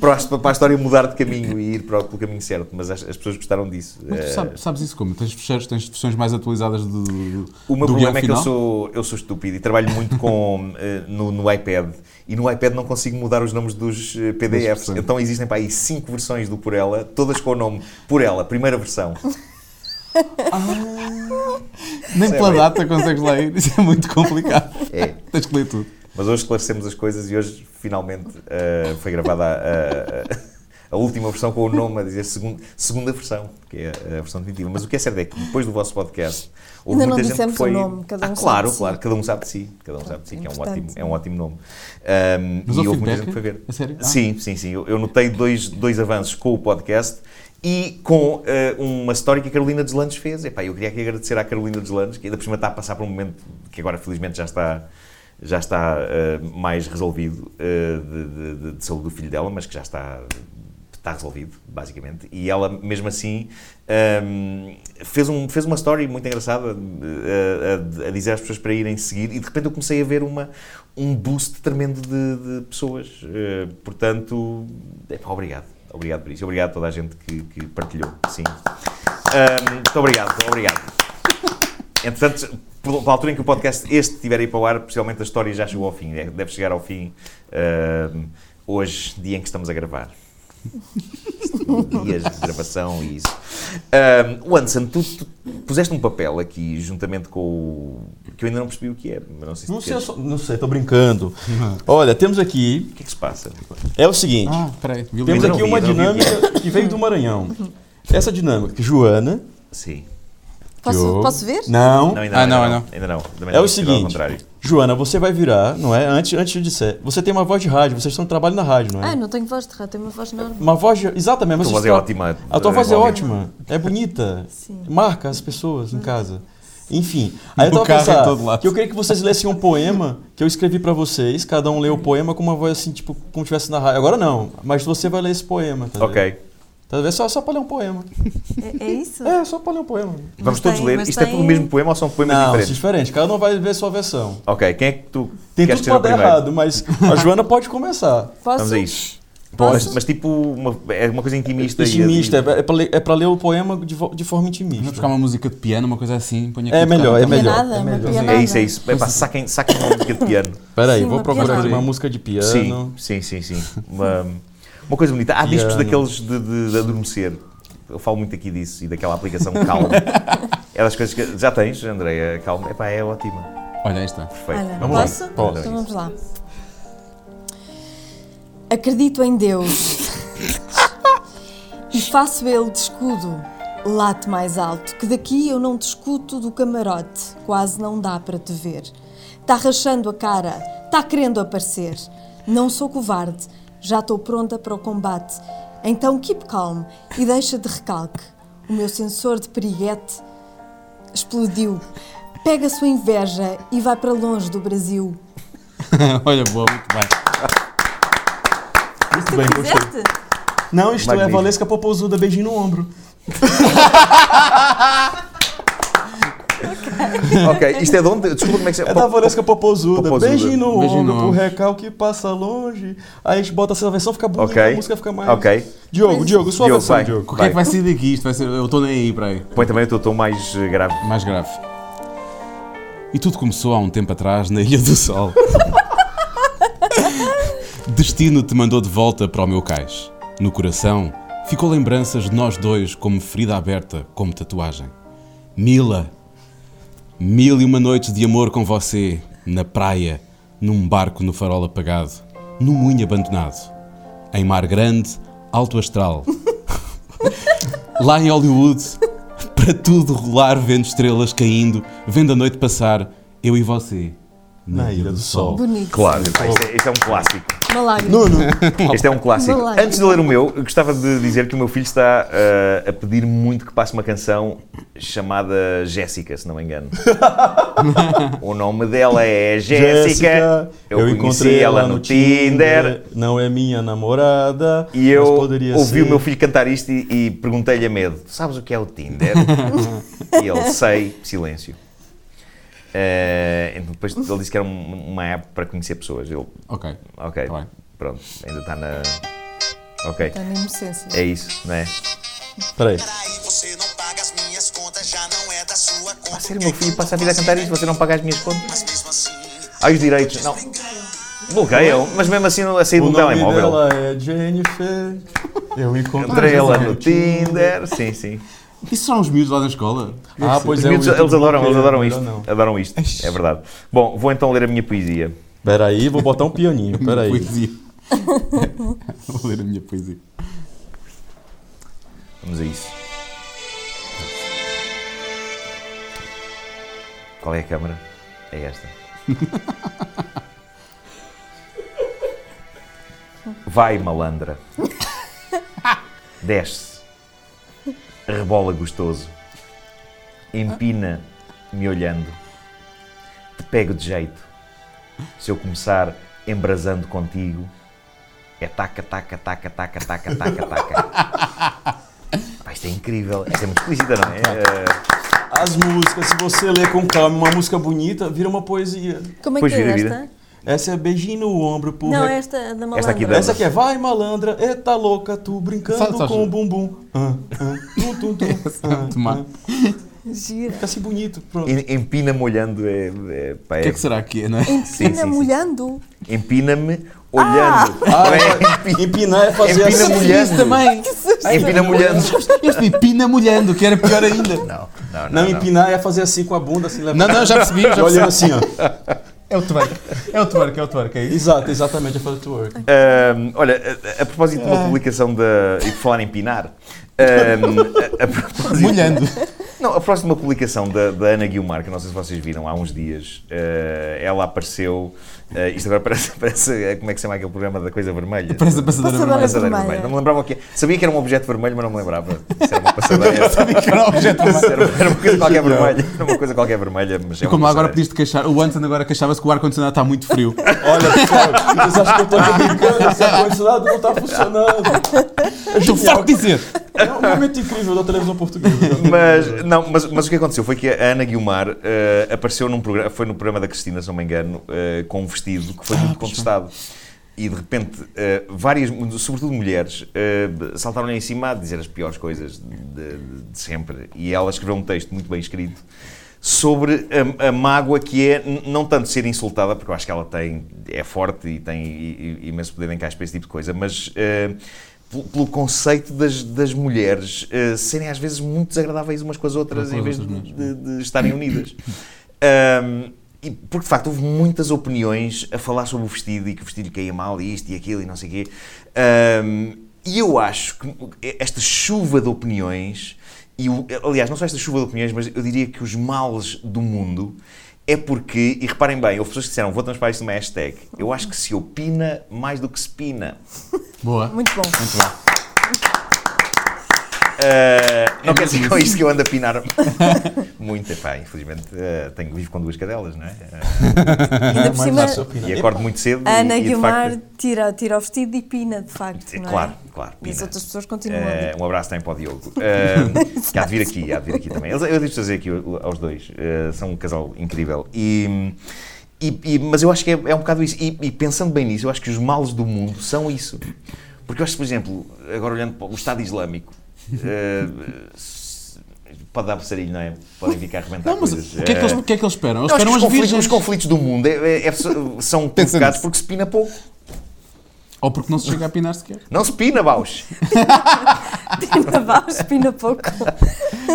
Speaker 1: para, a, para a história mudar de caminho e ir para o, pelo caminho certo. Mas as, as pessoas gostaram disso.
Speaker 2: Mas tu
Speaker 1: Ah,
Speaker 2: sabes, sabes isso como? Tens fecheiros, tens versões mais atualizadas do, do,
Speaker 1: O meu
Speaker 2: do guião
Speaker 1: problema é que eu
Speaker 2: final?
Speaker 1: sou, eu sou estúpido e trabalho muito com, eh, no, no iPad e no iPad não consigo mudar os nomes dos eh, PDFs.
Speaker 2: versões.
Speaker 1: Então existem para aí cinco versões do Por Ela, todas com o nome Por Ela, primeira versão.
Speaker 2: Nem pela
Speaker 1: Sério?
Speaker 2: data consegues ler, isso é muito complicado.
Speaker 1: É.
Speaker 2: Tens que ler tudo.
Speaker 1: Mas hoje esclarecemos as coisas e hoje finalmente eh, foi gravada a, a- a última versão com o nome a dizer segun- segunda versão, que é a versão definitiva. Mas o que é certo é que depois do vosso podcast houve
Speaker 4: Ainda não
Speaker 1: muita gente que
Speaker 4: dissemos
Speaker 1: foi.
Speaker 4: o nome, cada um
Speaker 1: ah,
Speaker 4: sabe
Speaker 1: claro,
Speaker 4: de si.
Speaker 1: claro, cada um sabe de si. Cada um sabe de si,
Speaker 4: é
Speaker 1: que é um,
Speaker 4: importante,
Speaker 1: ótimo, é um
Speaker 4: não é?
Speaker 1: ótimo nome. Ahm,
Speaker 2: Mas
Speaker 1: e
Speaker 2: houve
Speaker 1: houve muita
Speaker 2: feedback?
Speaker 1: gente que foi ver.
Speaker 2: A sério? Ah.
Speaker 1: Sim, sim, sim. Eu, eu notei dois, dois avanços com o podcast e com eh, uma história que a Carolina Deslandes fez. Epá, eu queria aqui agradecer à Carolina Deslandes, que ainda por cima está a passar por um momento que agora felizmente já está, já está eh, mais resolvido eh, de, de- de- de saúde do filho dela, mas que já está, está resolvido, basicamente. E ela, mesmo assim, ehm, fez, um, fez uma story muito engraçada eh, a, a- a dizer às pessoas para irem seguir e de repente eu comecei a ver uma, um boost tremendo de, de pessoas. Eh, portanto, epá, obrigado. Obrigado por isso. Obrigado a toda a gente que, que partilhou. Sim. Ahm, muito obrigado, obrigado. Entretanto, pela pela altura em que o podcast este estiver aí para o ar, possivelmente a história já chegou ao fim. né? Deve chegar ao fim ahm, hoje, dia em que estamos a gravar. Dias de gravação e isso. Ahm, Anderson, tu, tu puseste um papel aqui juntamente com o. que eu ainda não percebi o que é. mas Não sei se
Speaker 3: Não
Speaker 1: tu
Speaker 3: sei, eu
Speaker 1: queres.
Speaker 3: só- não sei, tô brincando.
Speaker 1: Uhum.
Speaker 3: Olha, temos aqui.
Speaker 1: O que é que se passa?
Speaker 3: É o seguinte.
Speaker 2: Ah, peraí. vi o
Speaker 3: Temos
Speaker 1: Ainda
Speaker 2: livro.
Speaker 1: não
Speaker 3: aqui
Speaker 1: vi,
Speaker 3: uma
Speaker 1: ainda não vi o
Speaker 3: dinâmica que veio do Maranhão. Essa dinâmica, que Joana.
Speaker 1: Sim.
Speaker 5: Posso, posso ver?
Speaker 3: Não.
Speaker 1: Não,
Speaker 2: Ah, não, não.
Speaker 1: Ainda não. Também não,
Speaker 3: É o
Speaker 1: tirou ao
Speaker 3: seguinte.
Speaker 1: contrário.
Speaker 3: Joana, você vai virar, não é? Antes, antes de disser. Você tem uma voz de rádio, vocês estão trabalho na rádio, não é?
Speaker 5: Ah, não tenho voz de rato, tenho uma voz normal.
Speaker 3: Uma voz de. Exatamente,
Speaker 1: A
Speaker 3: mas
Speaker 1: tua
Speaker 3: você
Speaker 1: voz é
Speaker 3: tra-
Speaker 1: ótima.
Speaker 3: A tua voz é
Speaker 1: Igualmente.
Speaker 3: ótima. É bonita.
Speaker 4: Sim.
Speaker 3: Marca as pessoas em casa. Enfim, aí eu
Speaker 2: No
Speaker 3: tava
Speaker 2: carro, em todo
Speaker 3: pensando
Speaker 2: lado.
Speaker 3: que eu queria que vocês lessem um poema que eu escrevi pra vocês, cada um lê o poema com uma voz assim, tipo, como tivesse na rádio. Agora não, mas você vai ler esse poema, tá vendo?
Speaker 1: Ok.
Speaker 3: Tá vendo? Só, só pra ler um poema.
Speaker 5: É, é isso?
Speaker 3: É, só pra ler um poema.
Speaker 5: Mas
Speaker 1: Vamos todos
Speaker 5: tem-
Speaker 1: ler.
Speaker 5: mas
Speaker 1: Isto é
Speaker 5: tem-
Speaker 1: tudo o mesmo poema ou são poemas
Speaker 3: não, isso é
Speaker 1: diferentes?
Speaker 3: diferente, cada um vai ver sua versão.
Speaker 1: Ok, quem é que tu
Speaker 3: Tem
Speaker 1: queres
Speaker 3: tudo
Speaker 1: ser
Speaker 3: pra
Speaker 1: o
Speaker 3: dar
Speaker 1: primeiro?
Speaker 3: errado, mas a Joana pode começar.
Speaker 5: Posso?
Speaker 1: Vamos a isso.
Speaker 5: Posso?
Speaker 1: Mas, mas tipo, uma, é uma coisa intimista. e-
Speaker 3: Intimista, é, é, pra ler, é pra ler o poema de, vo- de forma
Speaker 2: Vamos
Speaker 3: intimista.
Speaker 2: buscar uma música de piano, uma coisa assim. ponho aqui
Speaker 3: É
Speaker 2: a tocar.
Speaker 3: melhor, é
Speaker 5: Não é
Speaker 3: melhor.
Speaker 5: nada,
Speaker 3: é
Speaker 5: uma
Speaker 3: melhor.
Speaker 5: pianada.
Speaker 1: É isso, é isso. Epá, saquem, saquem uma música de piano.
Speaker 3: Peraí,
Speaker 5: Sim,
Speaker 3: vou
Speaker 5: uma
Speaker 3: procurar
Speaker 5: pianada.
Speaker 3: aqui uma música de piano.
Speaker 1: Sim, sim, sim, sim. Uma, uma coisa bonita. Há discos
Speaker 3: Piano.
Speaker 1: daqueles de, de- de adormecer. Eu falo muito aqui disso e daquela aplicação Calm. É das coisas que. Já tens, Andréia? Calm. Epá, é ótima.
Speaker 2: Olha, aí está.
Speaker 1: Perfeito.
Speaker 4: Olha,
Speaker 1: Vamos lá.
Speaker 5: posso?
Speaker 1: Vamos a
Speaker 5: Então vamos
Speaker 1: isso.
Speaker 5: lá. Acredito em Deus e faço ele de escudo. Late mais alto, que daqui eu não te escuto do camarote, quase não dá para te ver. Tá rachando a cara, tá querendo aparecer. Não sou covarde, já estou pronta para o combate. Então keep calm e deixa de recalque. O meu sensor de periguete explodiu. Pega a sua inveja e vai para longe do Brasil.
Speaker 2: Olha, boa, muito bem.
Speaker 3: Muito bem, gostei. Não, isto é
Speaker 1: Magnífico.
Speaker 3: Valesca Popozuda, beijinho no ombro.
Speaker 1: Ok, isto é de onde? Desculpa como é que se
Speaker 3: É da Valesca Popozuda,
Speaker 1: Popozuda.
Speaker 3: beijinho no
Speaker 2: Beijinho no
Speaker 3: ombro, o
Speaker 2: ombro.
Speaker 3: recalque passa longe. Aí a gente bota essa versão, fica bonita,
Speaker 1: Ok.
Speaker 3: a música fica mais...
Speaker 1: Ok.
Speaker 3: Diogo, Diogo, sua
Speaker 1: Diogo,
Speaker 3: versão,
Speaker 1: vai.
Speaker 3: Diogo.
Speaker 2: O que é que vai sair daqui? Isto vai ser. Eu estou nem aí para aí.
Speaker 1: Põe também o teu tom mais eh, grave.
Speaker 2: Mais grave. E tudo começou há um tempo atrás na Ilha do Sol. Destino te mandou de volta para o meu cais. No coração ficou lembranças de nós dois como ferida aberta, como tatuagem. Mila, mil e uma noites de amor com você, na praia, num barco no farol apagado, num moinho abandonado, em mar grande, alto astral. Lá em Hollywood, para tudo rolar, vendo estrelas caindo, vendo a noite passar, eu e você,
Speaker 3: na Ilha do Sol.
Speaker 5: Bonito.
Speaker 1: Claro, epá, este, é, este é um clássico.
Speaker 5: Uma lágrima.
Speaker 3: Nuno,
Speaker 1: Este é um clássico.
Speaker 5: Uma lágrima.
Speaker 1: Antes de ler o meu, eu gostava de dizer que o meu filho está ah, a pedir muito que passe uma canção chamada Jéssica, se não me engano. o nome dela é Jéssica. Eu, conheci ela no Tinder.
Speaker 3: Não é minha namorada.
Speaker 1: E eu
Speaker 3: mas poderia
Speaker 1: ouvi
Speaker 3: ser.
Speaker 1: o meu filho cantar isto e, e perguntei-lhe a medo: Sabes o que é o Tinder? e ele, sei, silêncio. Eh, então depois ele disse que era um- uma app para conhecer pessoas. Eu,
Speaker 2: Ok.
Speaker 1: ok,
Speaker 2: Tá bem.
Speaker 1: pronto, ainda está na. Ok,
Speaker 5: Está na inocência.
Speaker 1: é isso, não é?
Speaker 3: Peraí.
Speaker 6: Peraí, você não paga as minhas contas, já não é da sua conta.
Speaker 1: A sério, meu filho passa a vida a cantar isto, você não paga as minhas contas?
Speaker 6: Mas mesmo assim,
Speaker 1: Ai, os direitos, não. Bloqueiam, mas mesmo assim não a sair
Speaker 3: O
Speaker 1: do
Speaker 3: nome
Speaker 1: telemóvel.
Speaker 3: dela Ah, é Jennifer. Eu encontrei
Speaker 1: Entrei ela no Tinder, sim, sim.
Speaker 2: Isso são os miúdos lá da escola?
Speaker 3: Ah, pois
Speaker 1: Os
Speaker 3: é. o
Speaker 1: miúdos, eles
Speaker 3: YouTube
Speaker 1: adoram,
Speaker 3: não
Speaker 1: eles
Speaker 3: quer,
Speaker 1: adoram
Speaker 3: melhor
Speaker 1: isto.
Speaker 3: não.
Speaker 1: Adoram isto, é verdade. Bom, vou então ler a minha poesia.
Speaker 3: Peraí, vou botar um pianinho. Peraí.
Speaker 1: é.
Speaker 2: Poesia. Vou ler a minha poesia.
Speaker 1: Vamos a isso. Qual é a câmara? É esta. Vai, malandra. Desce. Rebola gostoso. Empina me olhando. Te pego de jeito. Se eu começar embrasando contigo, é taca, taca, taca, taca, taca, taca, taca. Pá, isto é incrível. Esta é muito explícita, não é? Eh,
Speaker 3: As músicas, se você ler com calma uma música bonita, vira uma poesia.
Speaker 5: Como é
Speaker 1: Pois
Speaker 5: que é
Speaker 1: vira,
Speaker 5: esta?
Speaker 1: vira.
Speaker 3: Essa é beijinho no ombro por
Speaker 5: Não,
Speaker 3: rec-
Speaker 5: esta é da malandra.
Speaker 1: Esta aqui
Speaker 3: Essa aqui é vai malandra, eita louca, tu brincando
Speaker 2: Sabe- sabe-
Speaker 3: com o bumbum. Ah, ah, tum, tum, tum, ah,
Speaker 2: é muito má.
Speaker 3: ah.
Speaker 5: Gira.
Speaker 3: Fica assim bonito, pronto.
Speaker 1: em- Empina-me olhando. É, é, pá,
Speaker 2: O
Speaker 1: é-
Speaker 2: que é que será que é, não é?
Speaker 1: sim,
Speaker 5: Anda
Speaker 1: sim.
Speaker 5: molhando.
Speaker 1: Empina-me olhando.
Speaker 3: Ah,
Speaker 1: não é?
Speaker 3: é, empinar é fazer
Speaker 1: Empina
Speaker 3: assim.
Speaker 1: mulher.
Speaker 2: Isso também.
Speaker 1: Empina-me olhando.
Speaker 2: Este me pina molhando, que era pior ainda. Não,
Speaker 3: Não, empinar é fazer assim com a bunda, assim,
Speaker 2: não,
Speaker 3: levantando.
Speaker 2: já percebi. Já
Speaker 3: olhando
Speaker 2: percebi.
Speaker 3: assim, ó.
Speaker 2: É o twerk. É o twerk, é o twerk. É isso.
Speaker 3: Exato, exatamente, eu falei twerk.
Speaker 1: Ahm, olha, a, a propósito de
Speaker 2: Ah.
Speaker 1: uma publicação da. E por falar em pinar. ahm, a, a propósito,
Speaker 2: Molhando.
Speaker 1: Não, a próxima publicação da, da Ana Guilmar, que não sei se vocês viram há uns dias, eh, ela apareceu. eh, isto agora parece, parece. eh, Como é que se chama aquele programa da coisa vermelha?
Speaker 2: Parece a passadeira
Speaker 5: Passadeira.
Speaker 2: vermelha.
Speaker 1: Passadeira
Speaker 5: vermelha.
Speaker 1: vermelha. Não me lembrava o que Sabia que era um objeto vermelho, mas não me lembrava se era uma passadeira.
Speaker 2: Que era um objeto vermelho.
Speaker 1: Era uma- era uma coisa qualquer vermelha. Era uma coisa qualquer vermelha, mas é
Speaker 2: E
Speaker 1: uma
Speaker 2: como
Speaker 1: passadeira.
Speaker 2: lá agora pediste queixar, o Anson agora queixava-se que o ar-condicionado está muito frio.
Speaker 3: Olha, pessoal, vocês acham que eu tô aqui brincando? Esse ar-condicionado não tá funcionando.
Speaker 2: Tu fuck dizer!
Speaker 3: É um momento incrível da televisão portuguesa.
Speaker 1: Mas, não, mas, mas o que aconteceu foi que a Ana Guilmar eh, apareceu num programa, foi no programa da Cristina, se não me engano, eh, com um vestido que foi muito contestado. E de repente, eh, várias, sobretudo mulheres, eh, saltaram-lhe em cima a dizer as piores coisas de, de- de sempre. E ela escreveu um texto muito bem escrito sobre a, a mágoa que é n- não tanto ser insultada, porque eu acho que ela tem, é forte e tem i- i- imenso poder em caixa para esse tipo de coisa, mas eh, pelo, pelo conceito das, das mulheres eh, serem às vezes muito desagradáveis umas com as outras
Speaker 2: Com
Speaker 1: em
Speaker 2: as
Speaker 1: vez de,
Speaker 2: outras
Speaker 1: de- de estarem unidas. Ahm, e porque de facto houve muitas opiniões a falar sobre o vestido e que o vestido lhe caía mal e isto e aquilo e não sei o quê. Ahm, e eu acho que esta chuva de opiniões, e o- aliás, não só esta chuva de opiniões, mas eu diria que os males do mundo é porque, e reparem bem, houve pessoas que disseram, vou transformar isto numa hashtag, eu acho que se opina mais do que se pina.
Speaker 2: Boa.
Speaker 4: Muito bom.
Speaker 1: Uhum.
Speaker 2: Muito bem.
Speaker 1: Uh, não
Speaker 2: É
Speaker 1: quer dizer
Speaker 2: mesmo
Speaker 1: com isto que eu ando a pinar muito, epá, infelizmente uh, tenho vivo com duas cadelas, não é?
Speaker 4: Ainda por cima,
Speaker 3: Mas,
Speaker 1: Uh,
Speaker 3: opina.
Speaker 1: e acordo muito cedo.
Speaker 4: a
Speaker 1: e-
Speaker 4: Ana
Speaker 1: e, de
Speaker 4: Guilmar
Speaker 1: facto-
Speaker 4: tira, tira o vestido e pina, de facto,
Speaker 1: É,
Speaker 4: não é?
Speaker 1: claro, claro,
Speaker 4: E as
Speaker 1: pina.
Speaker 4: outras pessoas continuam a
Speaker 1: Uh, um abraço também para o Diogo. Uh, que há de vir aqui, há de vir aqui também. Eles- Eu devo trazer aqui o- aos dois. uh, são um casal incrível. E, e- e- mas eu acho que é, é um bocado isso. E, e pensando bem nisso, eu acho que os males do mundo são isso. Porque eu acho que, por exemplo, agora olhando para o Estado Islâmico. uh, se- Pode dar passarilho, não é? Podem ficar a arrebentar
Speaker 2: Não, mas
Speaker 1: coisas.
Speaker 2: o que é que eles,
Speaker 1: Uh,
Speaker 2: o que é que eles esperam? Eles
Speaker 1: Eu acho que
Speaker 2: esperam
Speaker 1: os
Speaker 2: as
Speaker 1: conflitos,
Speaker 2: virgens.
Speaker 1: os conflitos do mundo é- é- é- são provocados porque se pina pouco.
Speaker 2: Ou porque não se chega a pinar sequer.
Speaker 1: Não se pina, Baus.
Speaker 4: Pina baixo, pina pouco.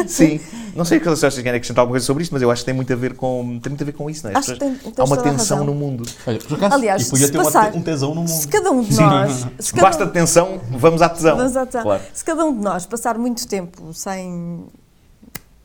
Speaker 1: Sim. Não sei se vocês querem acrescentar alguma coisa sobre isto, mas eu acho que tem muito a ver com, tem muito a ver com isso, não é? As
Speaker 4: Acho que tem-
Speaker 1: pessoas-
Speaker 4: tens
Speaker 1: Há uma
Speaker 4: toda a
Speaker 1: tensão no
Speaker 4: razão.
Speaker 1: mundo.
Speaker 2: Olha, por acaso,
Speaker 4: Aliás,
Speaker 3: E podia
Speaker 4: se
Speaker 3: ter uma te-
Speaker 4: passar,
Speaker 3: um tesão no
Speaker 4: se
Speaker 3: mundo.
Speaker 4: cada um de nós... se cada um-
Speaker 1: Basta de tensão, vamos à tesão.
Speaker 4: Vamos à tesão.
Speaker 1: Claro.
Speaker 4: Se cada um de nós passar muito tempo sem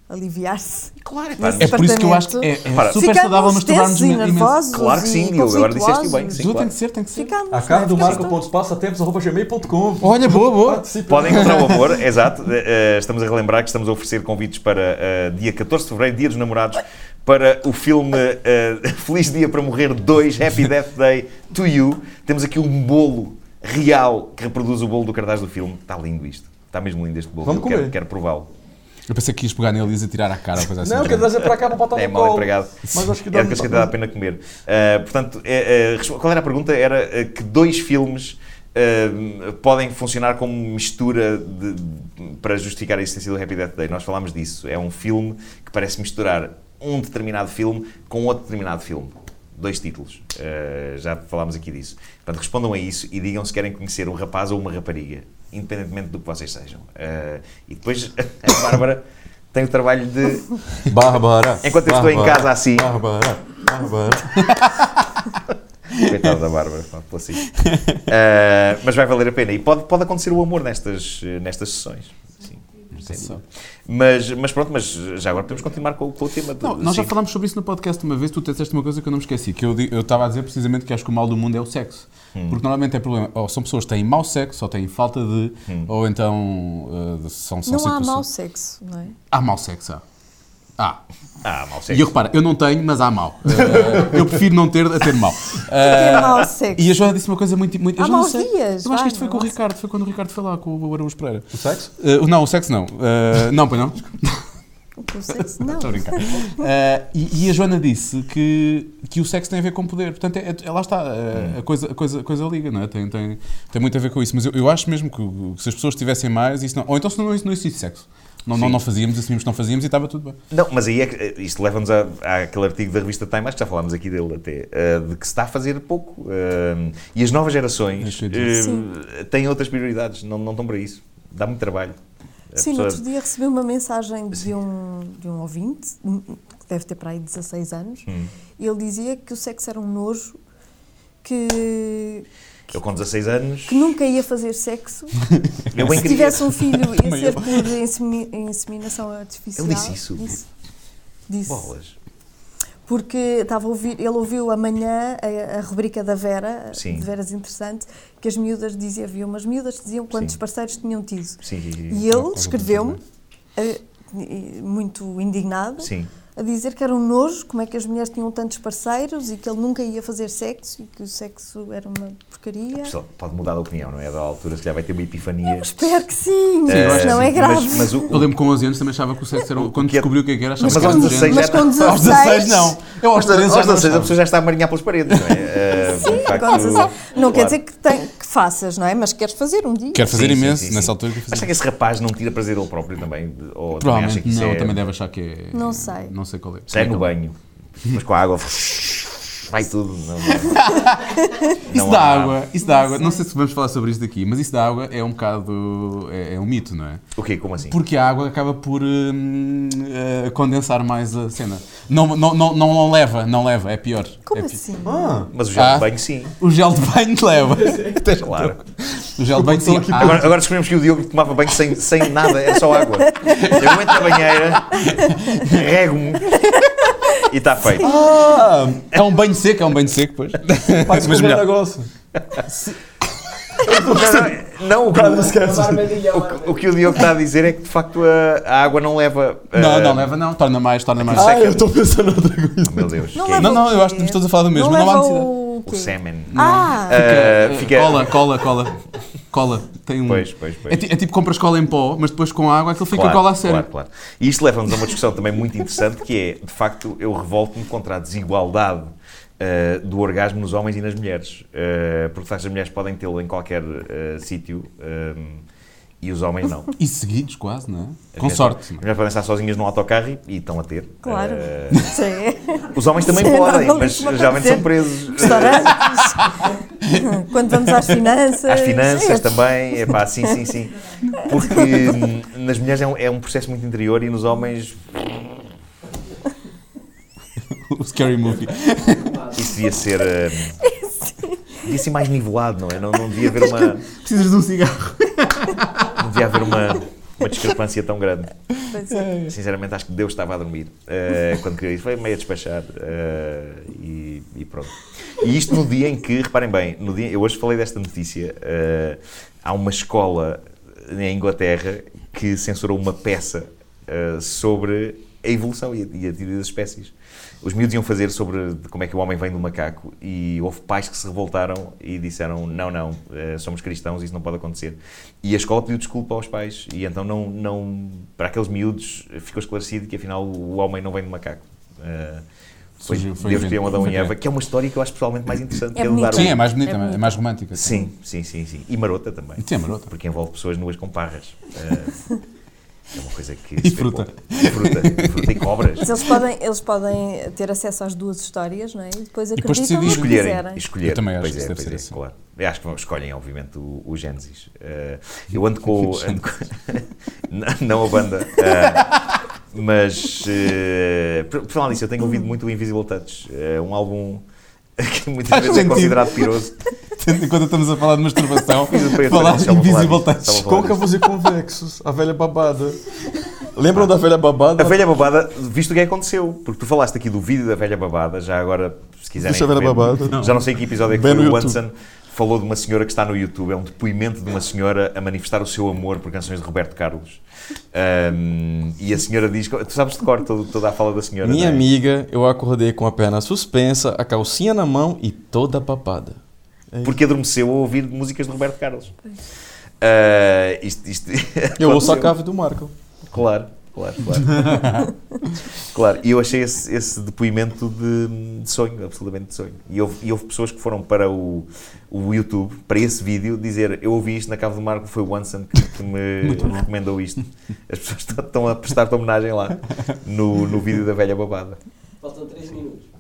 Speaker 4: aliviar-se.
Speaker 1: Claro,
Speaker 4: pá,
Speaker 7: É por isso que eu acho que é, é
Speaker 1: Repara,
Speaker 7: super
Speaker 4: Ficamos
Speaker 7: saudável masturbarmos
Speaker 4: tensos e nervosos
Speaker 1: Claro que sim,
Speaker 4: e
Speaker 1: Diogo, agora disseste bem,
Speaker 4: conflituosos.
Speaker 1: sim.
Speaker 7: Tudo
Speaker 1: claro.
Speaker 7: tem que ser, tem que ser.
Speaker 4: Ficamos.
Speaker 3: A cara do
Speaker 4: não é? Ficamos
Speaker 3: é marco.passatempos.gmail.com
Speaker 7: Olha, boa, boa.
Speaker 3: É
Speaker 1: Podem encontrar o amor, exato. Eh, eh, estamos a relembrar que estamos a oferecer convites para eh, dia 14 de Fevereiro, Dia dos Namorados, para o filme eh, Feliz Dia para Morrer 2, Happy Death Day to You. Temos aqui um bolo real que reproduz o bolo do cartaz do filme. Está lindo isto. Está mesmo lindo este bolo.
Speaker 3: Vamos
Speaker 1: Eu quero-
Speaker 3: comer.
Speaker 1: quero prová-lo.
Speaker 7: Eu pensei que ias pegar nele e ias atirar à cara ou coisa assim.
Speaker 3: Não, eu quero trazer para cá para botar
Speaker 1: É
Speaker 3: no
Speaker 1: mal
Speaker 3: colo.
Speaker 1: empregado.
Speaker 3: Mas acho que
Speaker 1: é
Speaker 3: dá.
Speaker 1: daqueles que até dá a pena comer. Uh, portanto, é, é, respo- qual era a pergunta? Era uh, que dois filmes uh, podem funcionar como mistura de- de- para justificar a existência do Happy Death Day. Nós falámos disso. É um filme que parece misturar um determinado filme com outro determinado filme. Dois títulos. Uh, já falámos aqui disso. Portanto, respondam a isso e digam se querem conhecer um rapaz ou uma rapariga, independentemente do que vocês sejam. Uh, e depois a Bárbara tem o trabalho de
Speaker 7: Bárbara.
Speaker 1: Enquanto eu estou em
Speaker 7: Bárbara,
Speaker 1: casa assim.
Speaker 7: Bárbara. Bárbara.
Speaker 1: Coitada da Bárbara, pá, assim. pela si. Eh, mas vai valer a pena. E pode, pode acontecer o amor nestas, eh, nestas sessões. Sim, sem dúvida. Mas, mas pronto, mas já agora podemos continuar com, o- com o tema. do-
Speaker 7: Não, nós já
Speaker 1: sim.
Speaker 7: falámos sobre isso no podcast uma vez, tu disseste uma coisa que eu não me esqueci, que eu di- eu estava a dizer precisamente que acho que o mal do mundo é o sexo.
Speaker 3: Hum.
Speaker 7: Porque normalmente é problema, ou são pessoas que têm mau sexo, ou têm falta de,
Speaker 3: Hum.
Speaker 7: ou então uh, são, são
Speaker 4: Não há
Speaker 7: situações-
Speaker 4: mau sexo, não é?
Speaker 7: Há mau sexo, há. Há.
Speaker 1: Ah, mal
Speaker 3: É
Speaker 7: E eu
Speaker 1: sexo.
Speaker 7: reparo, eu não tenho, mas há mau. Eh, eu prefiro não ter a ter mau.
Speaker 4: Ter
Speaker 7: Eh,
Speaker 4: é mau sexo.
Speaker 7: E a Joana disse uma coisa muito. muito eu
Speaker 4: Há
Speaker 7: já não
Speaker 4: maus
Speaker 7: sei.
Speaker 4: dias,
Speaker 7: Eu acho
Speaker 4: vá,
Speaker 7: que isto foi
Speaker 4: não
Speaker 7: com o
Speaker 4: há
Speaker 7: Ricardo, foi quando o Ricardo foi lá com o Araújo Pereira.
Speaker 3: O sexo?
Speaker 7: Eh, não, o sexo não. Eh, não, pois não.
Speaker 4: O sexo não.
Speaker 7: Estou a brincar. Eh, e, e a Joana disse que, que o sexo tem a ver com poder. Portanto, é, é- lá está, eh, a, coisa, a, coisa, a coisa liga, não é? Tem, tem, tem muito a ver com isso. Mas eu, eu acho mesmo que, o- que se as pessoas tivessem mais, isso não, ou então se não, não existe sexo. Não, não,
Speaker 1: Sim.
Speaker 7: não fazíamos, assumimos que não fazíamos e estava tudo bem.
Speaker 1: Não, mas aí é que, eh, isto leva-nos a- àquele artigo da revista Time, acho que já falámos aqui dele até, eh, de que se está a fazer pouco. Eh, e as novas
Speaker 7: Acho
Speaker 1: gerações
Speaker 7: que eu
Speaker 1: eh,
Speaker 4: Sim.
Speaker 1: têm outras prioridades, não, não estão para isso. Dá muito trabalho. A
Speaker 4: Sim, no
Speaker 1: pessoa-
Speaker 4: outro dia recebi uma mensagem de um, de um ouvinte, hum, que deve ter para aí 16 anos,
Speaker 1: Hum.
Speaker 4: e ele dizia que o sexo era um nojo, que,
Speaker 1: Eu com 16 anos,
Speaker 4: que nunca ia fazer sexo,
Speaker 1: eu bem queria.
Speaker 4: se tivesse um filho ia
Speaker 7: Também
Speaker 4: ser
Speaker 7: eu.
Speaker 4: por insemi- inseminação artificial.
Speaker 1: Ele disse isso?
Speaker 4: Disse. Disse.
Speaker 1: Bolas.
Speaker 4: Porque estava a ouvir, ele ouviu amanhã a, a rubrica da Vera,
Speaker 1: Sim.
Speaker 4: de Veras Interessante, que as miúdas diziam, havia umas miúdas que diziam quantos parceiros tinham tido.
Speaker 1: Sim, sim, sim.
Speaker 4: E ele escreveu-me, eh, e- muito indignado,
Speaker 1: Sim.
Speaker 4: a dizer que era um nojo, como é que as mulheres tinham tantos parceiros e que ele nunca ia fazer sexo e que o sexo era uma porcaria.
Speaker 1: Pessoal, pode mudar de opinião, não é? Da altura, se calhar vai ter uma epifania.
Speaker 4: Espero que sim,
Speaker 1: Eh,
Speaker 4: mas não é
Speaker 1: mas-
Speaker 4: grave.
Speaker 1: Mas, o,
Speaker 7: Eu lembro que com 11 anos também achava que o sexo era. Quando
Speaker 1: que é-
Speaker 7: descobriu o que é que era, achava
Speaker 1: Mas
Speaker 7: que era
Speaker 1: aos
Speaker 7: um
Speaker 1: 16
Speaker 7: género.
Speaker 4: mas com 16,
Speaker 7: Aos 16 não. Eu aos
Speaker 1: aos 16
Speaker 7: 13 já não
Speaker 1: a
Speaker 7: achava.
Speaker 1: pessoa já está a marinhar pelas paredes, não é? Eh, de facto,
Speaker 4: com 16. Não quer
Speaker 1: claro.
Speaker 4: dizer que, tem- que faças, não é? Mas queres fazer um dia.
Speaker 7: Quero fazer
Speaker 1: Sim, sim,
Speaker 7: imenso,
Speaker 1: sim, sim.
Speaker 7: nessa altura. quero
Speaker 1: Mas
Speaker 7: fazer.
Speaker 1: será que esse rapaz não tira prazer ele próprio também? Ou também acha
Speaker 7: Provavelmente
Speaker 1: que isso
Speaker 7: não,
Speaker 1: é,
Speaker 7: também deve achar que é.
Speaker 4: Não sei.
Speaker 7: Não sei qual é.
Speaker 1: isso é no
Speaker 7: Como é que
Speaker 1: banho, mas com a água. Vai tudo. Não,
Speaker 7: é? Isso da água, isso da água, não sei se vamos falar sobre isso daqui, mas isso da água é um bocado. é, é um mito, não é?
Speaker 1: O quê? Como assim?
Speaker 7: Porque a água acaba por hum, eh, condensar mais a cena. Não, não, não, não, não leva, não leva, é pior.
Speaker 4: Como
Speaker 7: É pi-
Speaker 4: assim?
Speaker 1: Mas o gel
Speaker 7: Ah.
Speaker 1: de banho, sim.
Speaker 7: O gel de banho te leva.
Speaker 1: Claro.
Speaker 7: O gel de banho sim. há-
Speaker 1: Agora, agora descobrimos que o Diogo tomava banho sem, sem nada, era só água. Eu entro na banheira, rego-me e está feito.
Speaker 7: É um banho seco, é um banho seco, pois.
Speaker 3: Faz
Speaker 7: Mas
Speaker 3: o
Speaker 7: melhor.
Speaker 3: negócio.
Speaker 1: Não, o que,
Speaker 3: Cara, não esquece.
Speaker 1: o, o que o Diogo está a dizer é que de facto a, a água não leva.
Speaker 7: Não,
Speaker 1: eh,
Speaker 7: não leva, não. Torna mais, torna mais
Speaker 3: Ah,
Speaker 7: seco.
Speaker 3: eu estou pensando outra coisa.
Speaker 1: Meu Deus. que é
Speaker 4: leva
Speaker 7: Não, não,
Speaker 4: o
Speaker 7: eu
Speaker 4: quê?
Speaker 7: acho que estamos todos a falar do mesmo,
Speaker 4: Não
Speaker 7: não há
Speaker 4: leva
Speaker 7: necessidade.
Speaker 4: o
Speaker 1: isso? o
Speaker 4: quê?
Speaker 1: sêmen.
Speaker 4: Ah,
Speaker 1: Eh, fica-
Speaker 7: Cola, cola, cola. Cola. Tem um.
Speaker 1: Pois, pois, pois.
Speaker 7: É, ti- é tipo compras cola em pó, mas depois com água aquilo fica
Speaker 1: Claro,
Speaker 7: cola a sério.
Speaker 1: Claro, claro. E isto leva-nos a uma discussão também muito interessante que é, de facto, eu revolto-me contra a desigualdade eh, do orgasmo nos homens e nas mulheres. Eh, porque de facto, as mulheres podem tê-lo em qualquer eh, sítio eh, e os homens não.
Speaker 7: E seguidos quase, não é? Com
Speaker 1: As mulheres-
Speaker 7: sorte.
Speaker 1: As mulheres podem estar sozinhas num autocarro e, e estão a ter.
Speaker 4: claro.
Speaker 1: Eh,
Speaker 4: Sim.
Speaker 1: os homens também
Speaker 4: Sim, é
Speaker 1: podem,
Speaker 4: normal
Speaker 1: mas
Speaker 4: isso me
Speaker 1: geralmente são
Speaker 4: acontecer.
Speaker 1: presos.
Speaker 4: Restaurantes. Quando vamos às finanças.
Speaker 1: Às finanças
Speaker 4: Sim,
Speaker 1: também, é pá, sim, sim, sim. Porque hum, nas mulheres é um, é um processo muito interior e nos homens
Speaker 7: é? o Scary Movie.
Speaker 1: isso devia ser. hum, devia ser mais nivelado, não é? Não, não devia haver uma.
Speaker 7: Precisas de um cigarro.
Speaker 1: Não devia haver uma. uma discrepância tão grande.
Speaker 4: Pois é.
Speaker 1: Sinceramente, acho que Deus estava a dormir eh, quando criou isso. Foi meio a despachar eh, e, e pronto. E isto no dia em que, reparem bem, no dia, eu hoje falei desta notícia. eh, há uma escola na Inglaterra que censurou uma peça eh, sobre a evolução e a, e a teoria das espécies. Os miúdos iam fazer sobre de como é que o homem vem do macaco e houve pais que se revoltaram e disseram não, não, eh, somos cristãos, isso não pode acontecer. E a escola pediu desculpa aos pais e então não, não para aqueles miúdos eh, ficou esclarecido que afinal o homem não vem do macaco. Eh, foi,
Speaker 2: Surgiu- foi
Speaker 1: Deus
Speaker 2: invento-
Speaker 1: criou Adão
Speaker 2: foi
Speaker 1: e Eva,
Speaker 2: criado.
Speaker 1: que é uma história que eu acho pessoalmente mais interessante
Speaker 4: É
Speaker 1: que a de
Speaker 4: bonito.
Speaker 2: Sim,
Speaker 1: Darwin.
Speaker 2: é mais bonita,
Speaker 4: É
Speaker 2: é,
Speaker 4: bonito.
Speaker 2: mais romântica.
Speaker 1: Sim, sim, sim, sim. E marota também.
Speaker 2: Sim, é marota.
Speaker 1: Porque envolve pessoas nuas com parras. Eh, é uma coisa que.
Speaker 2: E
Speaker 1: se vê
Speaker 2: fruta.
Speaker 1: pouco. E fruta. E fruta e cobras.
Speaker 4: Mas eles podem, eles podem ter acesso às duas histórias, não é? E depois
Speaker 2: depois
Speaker 4: acreditam no que
Speaker 2: decidir.
Speaker 1: escolherem.
Speaker 4: quiserem.
Speaker 1: Escolher.
Speaker 2: Eu também acho
Speaker 1: pois
Speaker 2: que
Speaker 1: é,
Speaker 2: isso deve
Speaker 1: pois é,
Speaker 2: ser assim.
Speaker 1: claro. Eu acho que vão- escolhem, obviamente, o, o Gênesis. Eh, eu ando com. o- ando com- N- não a banda. eh, mas. eh, por, por falar nisso, eu tenho ouvido muito o Invisible Touch. eh, um álbum que muitas
Speaker 2: Faz
Speaker 1: vezes é
Speaker 2: sentido.
Speaker 1: considerado piroso.
Speaker 2: Tendo em conta que estamos a falar de masturbação,
Speaker 1: Pedro,
Speaker 2: falar
Speaker 1: estava
Speaker 2: de
Speaker 1: a falar
Speaker 2: Invisible
Speaker 1: disto,
Speaker 2: Touch.
Speaker 1: estava a falar
Speaker 3: Côncavos e convexos, a velha babada. Lembram da velha babada?
Speaker 1: A velha babada, visto o que é que aconteceu, porque tu falaste aqui do vídeo da velha babada, já agora, se quiserem.
Speaker 3: Deixa a é velha
Speaker 1: ver,
Speaker 3: babada.
Speaker 1: Já não sei que episódio é que
Speaker 3: Bem
Speaker 1: foi,
Speaker 3: no
Speaker 1: o
Speaker 3: YouTube.
Speaker 1: Watson falou de uma senhora que está no YouTube, é um depoimento de uma senhora a manifestar o seu amor por canções de Roberto Carlos. Ahm, e a senhora diz. Tu sabes de cor todo- toda a fala da senhora.
Speaker 3: Minha
Speaker 1: não é?
Speaker 3: amiga, eu acordei com a perna suspensa, a calcinha na mão e toda babada.
Speaker 1: Porque adormeceu a ouvir músicas de Roberto Carlos. Ah, isto, isto
Speaker 3: Eu ouço a
Speaker 1: aconteceu.
Speaker 3: cave do Marco.
Speaker 1: Claro, claro, claro. claro, e eu achei esse, esse depoimento de, de sonho, absolutamente de sonho. E houve, e houve pessoas que foram para o, o YouTube, para esse vídeo, dizer: Eu ouvi isto na Cave do Marco, foi o Anson que, que me recomendou isto. As pessoas estão- estão a prestar-te homenagem lá, no, no vídeo da velha babada.
Speaker 8: Faltam 3 minutos.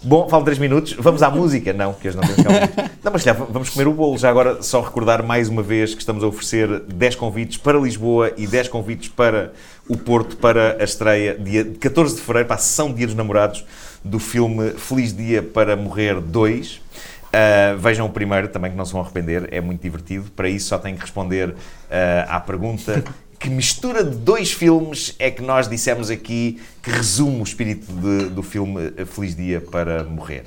Speaker 1: Bom, falam 3 minutos, vamos à música. Não, que hoje não temos cá música. Não, mas já vamos comer o bolo. Já agora, só recordar mais uma vez que estamos a oferecer 10 convites para Lisboa e 10 convites para o Porto para a estreia, dia 14 de fevereiro, para a sessão Dia dos Namorados, do filme Feliz Dia para Morrer 2. Uh, vejam o primeiro também, que não se vão arrepender, é muito divertido. Para isso, só têm que responder uh, à pergunta: que mistura de dois filmes é que nós dissemos aqui que resume o espírito de- do filme Feliz Dia para Morrer?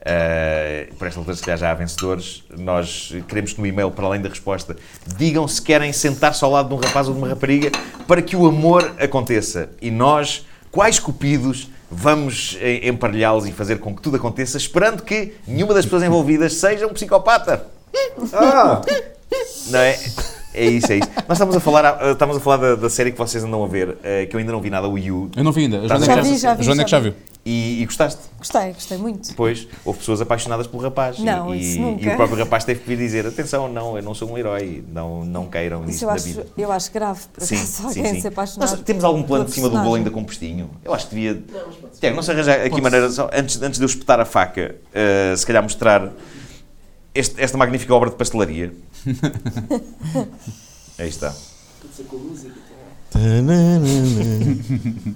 Speaker 1: Uh, por esta altura, se calhar já há vencedores. Nós queremos que no e-mail, para além da resposta, digam se querem sentar-se ao lado de um rapaz ou de uma rapariga para que o amor aconteça. E nós, quais cupidos, vamos eh, emparelhá-los e fazer com que tudo aconteça, esperando que nenhuma das pessoas envolvidas seja um psicopata. Ah. Não é? É isso, é isso. Nós estamos a falar, ah, estamos a falar da, da série que vocês andam a ver, eh, que eu ainda não vi nada, o You.
Speaker 2: Eu não vi ainda. A Joana
Speaker 1: Já
Speaker 2: é que
Speaker 1: vi,
Speaker 4: já vi,
Speaker 2: a Joana é que já
Speaker 4: já vi.
Speaker 2: viu.
Speaker 1: E, e gostaste?
Speaker 4: Gostei, gostei muito.
Speaker 1: Depois houve pessoas apaixonadas pelo rapaz.
Speaker 4: Não,
Speaker 1: e,
Speaker 4: isso
Speaker 1: e-
Speaker 4: nunca.
Speaker 1: e o próprio rapaz teve que vir dizer: atenção, não, eu não sou um herói, não, não queiram
Speaker 4: Isso
Speaker 1: nisto
Speaker 4: eu
Speaker 1: na
Speaker 4: acho,
Speaker 1: vida.
Speaker 4: eu acho grave, por acaso, alguém se apaixonar.
Speaker 1: Nós temos algum plano
Speaker 4: pela
Speaker 1: de cima do bolo
Speaker 4: personagem.
Speaker 1: ainda com postinho? Eu acho que devia. Tiago, não se arranjar aqui maneira. Só, antes, antes de eu espetar a faca, eh, se calhar mostrar este- esta magnífica obra de pastelaria. Aí está.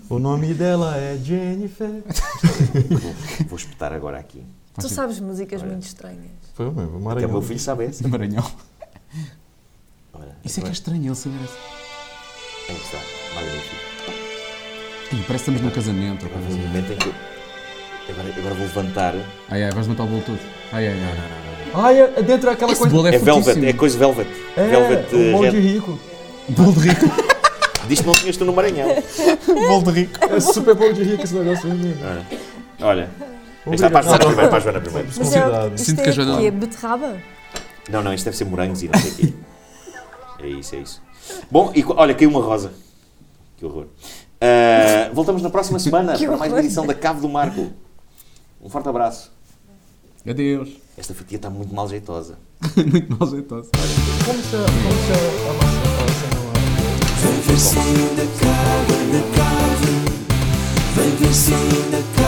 Speaker 3: O nome dela é Jennifer.
Speaker 1: Vou, vou espetar agora aqui.
Speaker 4: Tu sabes músicas muito estranhas.
Speaker 3: Foi o mesmo,
Speaker 1: Até o
Speaker 3: Maranhão.
Speaker 1: meu filho sabe essa.
Speaker 2: Do Maranhão.
Speaker 1: Olha,
Speaker 2: Isso é que é estranho, ele saber isso.
Speaker 1: Aí está. Magnífico.
Speaker 2: Ih, Parece que estamos num casamento. ou coisa
Speaker 1: Mas o
Speaker 2: assim.
Speaker 1: momento em que eu. Agora, agora vou levantar.
Speaker 2: Ai ai, vais matar o bolo todo. Ai ai ai.
Speaker 3: Ai, é dentro daquela
Speaker 2: Esse
Speaker 3: coisa.
Speaker 2: bolo é,
Speaker 1: É, velvet,
Speaker 2: fortíssimo.
Speaker 1: é coisa velvet. velvet
Speaker 3: o
Speaker 4: um
Speaker 1: eh,
Speaker 3: bolo
Speaker 1: red.
Speaker 3: de rico.
Speaker 2: Bolo de rico.
Speaker 1: Diz que não tinhas tu no Maranhão.
Speaker 2: bolo de rico.
Speaker 3: É super bolo de rico esse negócio vermelho.
Speaker 1: Olha. Aí Está para a Joana primeiro, para a Joana primeiro.
Speaker 4: Mas é,
Speaker 3: Convidado.
Speaker 4: isto
Speaker 2: Sinto
Speaker 4: é
Speaker 2: que a Joana-
Speaker 4: aqui, é beterraba?
Speaker 1: Não, não, isto deve ser morangos e não sei o quê. É isso, é isso. Bom, e co- olha, caiu uma rosa. Que horror. Ah, voltamos na próxima semana
Speaker 4: Que
Speaker 1: para mais uma
Speaker 4: horror.
Speaker 1: edição da Cave do Marco. Um forte abraço.
Speaker 2: Adeus.
Speaker 1: Esta fatia está muito mal jeitosa.
Speaker 2: Muito mal jeitoso.
Speaker 7: Vem ver se ainda cabe na cave. Vem ver se ainda cabe.